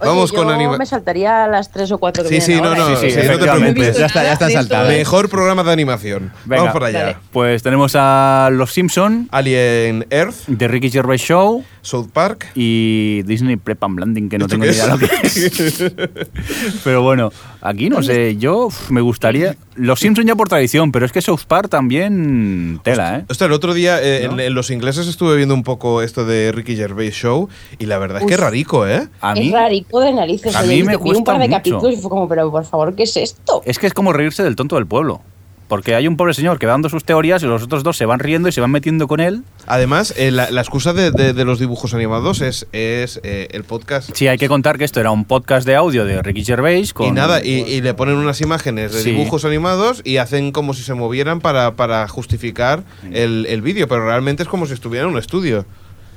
Speaker 2: Vamos con
Speaker 6: anima.
Speaker 2: anima-
Speaker 6: Me saltaría las tres o cuatro que
Speaker 2: Sí, sí,
Speaker 6: vienen
Speaker 2: no,
Speaker 6: ahora,
Speaker 2: no,
Speaker 6: ¿eh?
Speaker 3: Sí, sí,
Speaker 2: sí, no te
Speaker 3: efectivamente.
Speaker 2: preocupes.
Speaker 4: Ya está, ya está
Speaker 6: Esto
Speaker 4: saltada.
Speaker 6: es-
Speaker 2: Mejor programa de animación.
Speaker 3: Venga,
Speaker 2: vamos para allá.
Speaker 6: dale.
Speaker 3: Pues tenemos a Los Simpson,
Speaker 2: Alien Earth,
Speaker 3: The Ricky Gervais Show
Speaker 2: South Park.
Speaker 3: y Disney Prep and Landing, que no
Speaker 2: ¿Esto
Speaker 3: tengo
Speaker 2: qué
Speaker 3: ni idea
Speaker 2: es?
Speaker 3: lo que es. Pero bueno, aquí no sé, yo uf, me gustaría... Los Simpson ya por tradición, pero es que South Park también tela, ¿eh?
Speaker 2: Ostras, el otro día eh, en, en los ingleses estuve viendo un poco esto de Ricky Gervais Show y la verdad es que
Speaker 6: Uf.
Speaker 2: rarico, ¿eh?
Speaker 3: A
Speaker 6: Es
Speaker 3: mí...
Speaker 6: rarico de narices.
Speaker 3: A
Speaker 6: oye,
Speaker 3: mí
Speaker 6: yo
Speaker 3: me
Speaker 6: vi un
Speaker 3: cuesta
Speaker 6: par de
Speaker 3: mucho.
Speaker 6: capítulos y fue como, pero por favor, ¿qué es esto?
Speaker 3: Es que es como reírse del tonto del pueblo. Porque hay un pobre señor que va dando sus teorías y los otros dos se van riendo y se van metiendo con él.
Speaker 2: Además, eh, la, la excusa de, de- de los dibujos animados es, es eh, el podcast.
Speaker 3: Sí, hay que contar que esto era un podcast de audio de Ricky Gervais con...
Speaker 2: Y nada, y, y le ponen unas imágenes de
Speaker 3: Sí.
Speaker 2: dibujos animados y hacen como si se movieran para, para justificar el, el vídeo, pero realmente es como si estuviera en un estudio.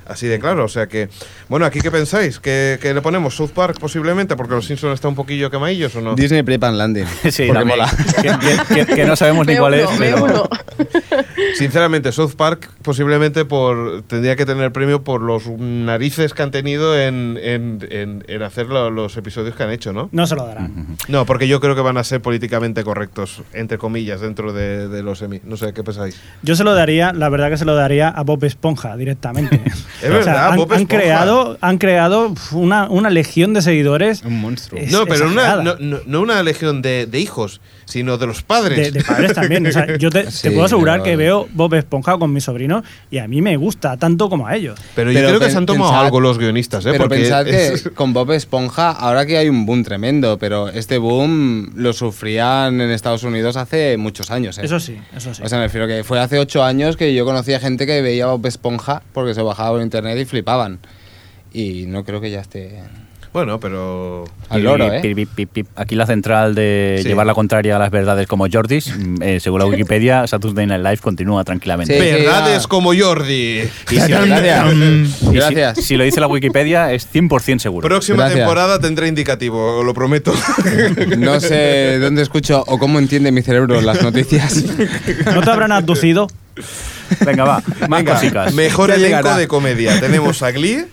Speaker 2: Así de claro, o sea que... Bueno, ¿aquí qué pensáis? ¿Que, le ponemos South Park posiblemente? Porque los Simpsons está un poquillo quemadillos o no.
Speaker 7: Disney Prep and Landing.
Speaker 3: [laughs] Sí,
Speaker 7: porque
Speaker 3: también.
Speaker 7: mola.
Speaker 3: Que, que- que- que no sabemos ni
Speaker 6: Veo
Speaker 3: cuál
Speaker 6: uno,
Speaker 3: es.
Speaker 6: veo
Speaker 3: pero-
Speaker 6: uno.
Speaker 2: Sinceramente, South Park posiblemente por tendría que tener premio por los narices que han tenido en, en- en- en hacer lo- los episodios que han hecho, ¿no?
Speaker 5: No se lo darán.
Speaker 2: No, porque yo creo que van a ser políticamente correctos, entre comillas, dentro de, de los semi. No sé, ¿qué pensáis?
Speaker 5: Yo se lo daría, la verdad que se lo daría a Bob Esponja directamente.
Speaker 2: [laughs] Es verdad,
Speaker 5: han,
Speaker 2: Bob
Speaker 5: han
Speaker 2: Esponja.
Speaker 5: creado, han creado uf, una, una legión de
Speaker 4: [laughs]
Speaker 5: seguidores
Speaker 4: Un monstruo.
Speaker 6: Eh,
Speaker 5: Es
Speaker 2: no, pero una-
Speaker 5: exagerada.
Speaker 2: no, no- no una legión de, de hijos, sino de los
Speaker 5: de,
Speaker 2: padres.
Speaker 5: de padres también. O sea, yo te, te
Speaker 7: Sí,
Speaker 5: puedo asegurar
Speaker 7: pero-
Speaker 5: que veo Bob Esponja con mis sobrinos y a mí me gusta tanto como a ellos.
Speaker 2: pero yo
Speaker 7: Pero
Speaker 2: creo que
Speaker 7: pen-
Speaker 2: se han tomado
Speaker 7: pensad-
Speaker 2: algo los guionistas, ¿eh?
Speaker 7: Pero
Speaker 2: porque
Speaker 7: pensad
Speaker 2: es-
Speaker 7: que con Bob Esponja, ahora que hay un boom tremendo, pero este boom lo sufrían en Estados Unidos hace muchos años. ¿eh?
Speaker 5: Eso sí, eso sí.
Speaker 7: O sea, me refiero que fue hace ocho años que yo conocía gente que veía Bob Esponja porque se bajaba por internet y flipaban. Y no creo que ya esté
Speaker 2: [laughs] Bueno, pero...
Speaker 7: al loro,
Speaker 3: Pip,
Speaker 7: ¿eh?
Speaker 3: pip, pip, pip. Aquí la central de
Speaker 2: Sí.
Speaker 3: llevar la contraria a las verdades como Jordis, mm, eh, según la Wikipedia, Saturday Night Live continúa tranquilamente.
Speaker 7: Sí,
Speaker 2: Verdades
Speaker 7: ya.
Speaker 2: como Jordi.
Speaker 3: Y si-
Speaker 7: Gracias.
Speaker 3: [laughs] Y si-
Speaker 7: Gracias.
Speaker 3: Si, lo dice la Wikipedia, es 100% seguro.
Speaker 2: Próxima
Speaker 7: Gracias.
Speaker 2: temporada tendré indicativo, os lo prometo.
Speaker 7: No sé dónde escucho o cómo entiende mi cerebro las noticias.
Speaker 5: ¿No te habrán abducido?
Speaker 3: Venga, va. Más
Speaker 2: Venga,
Speaker 3: cositas.
Speaker 2: Mejor
Speaker 7: Ya
Speaker 2: elenco
Speaker 7: llegará.
Speaker 2: de comedia. Tenemos a Glee.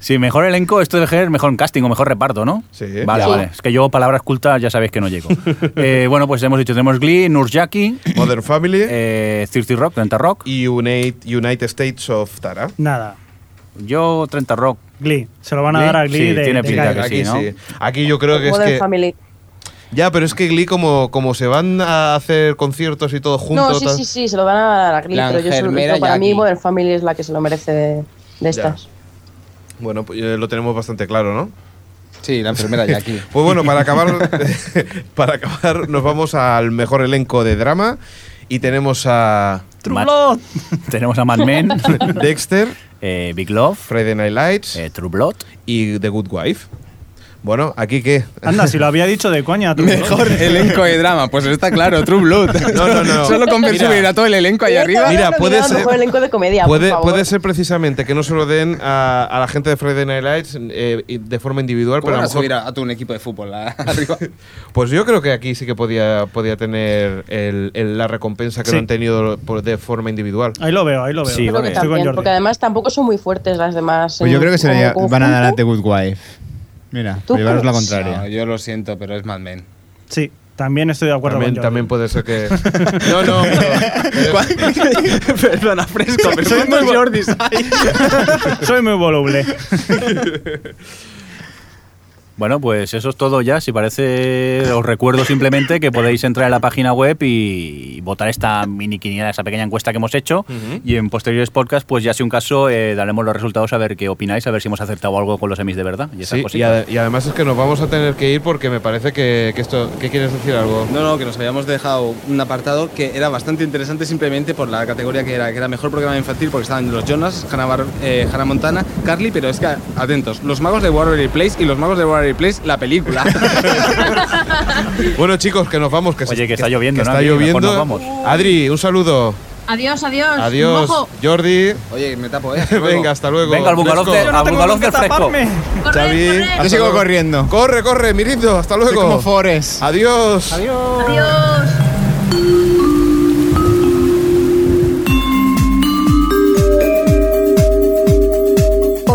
Speaker 3: Sí, mejor elenco, esto debe ser mejor casting o mejor reparto, ¿no?
Speaker 2: Sí.
Speaker 3: Vale,
Speaker 6: Sí.
Speaker 3: vale. Es que yo palabras cultas ya sabéis que no llego. Eh, bueno, pues hemos dicho, tenemos Glee, Nurjaki,
Speaker 2: Modern Family
Speaker 3: eh, 30 Rock, 30 Rock.
Speaker 2: y United, United States of Tara.
Speaker 5: Nada.
Speaker 3: Yo 30 Rock.
Speaker 5: Glee. Se lo van a
Speaker 3: ¿Glee?
Speaker 5: dar a Glee
Speaker 3: Sí,
Speaker 5: de,
Speaker 3: tiene
Speaker 5: de
Speaker 3: pinta
Speaker 5: calle.
Speaker 3: que sí, ¿no?
Speaker 2: Aquí yo creo que es
Speaker 6: Modern
Speaker 2: que
Speaker 6: Family.
Speaker 2: ya, pero es que Glee como como se van a hacer conciertos y todo junto
Speaker 6: No, sí,
Speaker 2: tal-
Speaker 6: sí, sí, se lo van a dar a Glee,
Speaker 7: La
Speaker 6: pero yo solo
Speaker 7: enfermera
Speaker 6: digo, para
Speaker 7: Jackie.
Speaker 6: mí Modern Family es la que se lo merece de, de estas.
Speaker 2: Bueno, pues, eh, lo tenemos bastante claro, ¿no?
Speaker 7: Sí, la enfermera ya aquí.
Speaker 2: Pues bueno, para acabar [laughs] para acabar nos vamos al mejor elenco de drama y tenemos a
Speaker 3: Matt- [laughs] Tenemos a Mad Men,
Speaker 2: Dexter,
Speaker 3: eh, Big Love,
Speaker 2: Friday Night Lights
Speaker 3: eh, True Blood.
Speaker 2: y The Good Wife. Bueno, aquí qué?
Speaker 5: Anda, si lo había dicho de coña. tú,
Speaker 2: [laughs]
Speaker 5: ¿no?
Speaker 7: Mejor elenco de drama, pues está claro, True Blood.
Speaker 2: No, no, no.
Speaker 7: Solo con ver
Speaker 2: Mira.
Speaker 7: subir a todo el elenco ahí arriba.
Speaker 2: Mira, puede
Speaker 6: puede ser.
Speaker 2: ser-
Speaker 6: Mejor elenco de comedia,
Speaker 2: Puede,
Speaker 6: por favor.
Speaker 2: puede ser precisamente que no se lo den a, a la gente de Friday Night Lights eh, y de forma individual,
Speaker 7: ¿Cómo
Speaker 2: pero a
Speaker 7: van
Speaker 2: lo
Speaker 7: a
Speaker 2: mejor-
Speaker 7: subir a, a todo un equipo de fútbol a- arriba?
Speaker 2: [laughs] Pues yo creo que aquí sí que podía, podía tener el- el- la recompensa que
Speaker 5: Sí.
Speaker 2: no han tenido por- de forma individual.
Speaker 5: Ahí lo veo, ahí lo veo.
Speaker 3: Sí,
Speaker 6: Yo creo que
Speaker 3: vale.
Speaker 5: Estoy con
Speaker 6: también,
Speaker 5: Jordi.
Speaker 6: porque además tampoco son muy fuertes las demás.
Speaker 4: Pues yo
Speaker 6: en-
Speaker 4: creo que se le
Speaker 6: como
Speaker 4: van a dar a The
Speaker 6: conjunto.
Speaker 4: Good Wife. Mira,
Speaker 6: ¿Tú
Speaker 4: por llevaros la
Speaker 6: crees?
Speaker 4: contraria.
Speaker 7: No, yo lo siento, pero es Mad Men.
Speaker 5: Sí, también estoy de acuerdo
Speaker 2: También,
Speaker 5: con Jordi.
Speaker 2: también puede ser que. No, no. [laughs]
Speaker 7: Perdona, fresco, pero
Speaker 5: Soy muy
Speaker 7: Jordi.
Speaker 5: [laughs] Soy muy voluble.
Speaker 3: Bueno, pues eso es todo ya. Si parece, os recuerdo simplemente que podéis entrar en la página web y votar esta mini quiniela, esta pequeña encuesta que hemos hecho. Y en posteriores podcasts, pues ya si un caso, eh, daremos los resultados a ver qué opináis, a ver si hemos acertado algo con los semis de verdad. Y esas
Speaker 2: Sí, y,
Speaker 3: cositas.
Speaker 2: ade- y además es que nos vamos a tener que ir porque me parece que, que esto. ¿Qué quieres decir algo?
Speaker 7: No, no, que nos habíamos dejado un apartado que era bastante interesante simplemente por la categoría que era, que era mejor programa infantil porque estaban los Jonas, Hannah, Bar- eh, Hannah Montana, Carly, pero es que, atentos, los magos de Waterbury Place y los magos de Waterbury Place,
Speaker 2: [laughs]
Speaker 7: la película.
Speaker 2: Bueno, chicos, que nos vamos. Que se-
Speaker 3: Oye, que está lloviendo,
Speaker 2: que
Speaker 3: ¿no,
Speaker 2: Está
Speaker 3: Adri? Mejor
Speaker 2: lloviendo.
Speaker 3: nos vamos.
Speaker 2: Adri, un saludo.
Speaker 8: Adiós, adiós.
Speaker 2: Adiós.
Speaker 8: Mojo.
Speaker 2: Jordi.
Speaker 7: Oye, me tapo, ¿eh?
Speaker 2: Venga, hasta luego.
Speaker 3: Venga, al Bugalov
Speaker 2: Fresco.
Speaker 3: de- al Bugalov del fresco.
Speaker 8: Corred,
Speaker 2: Xavi,
Speaker 8: corred.
Speaker 4: Yo
Speaker 2: Hasta
Speaker 4: sigo
Speaker 2: luego.
Speaker 4: corriendo.
Speaker 2: Corre, corre, Mirindo, hasta
Speaker 4: Soy como
Speaker 2: luego.
Speaker 4: Forrest.
Speaker 2: Adiós.
Speaker 8: Adiós.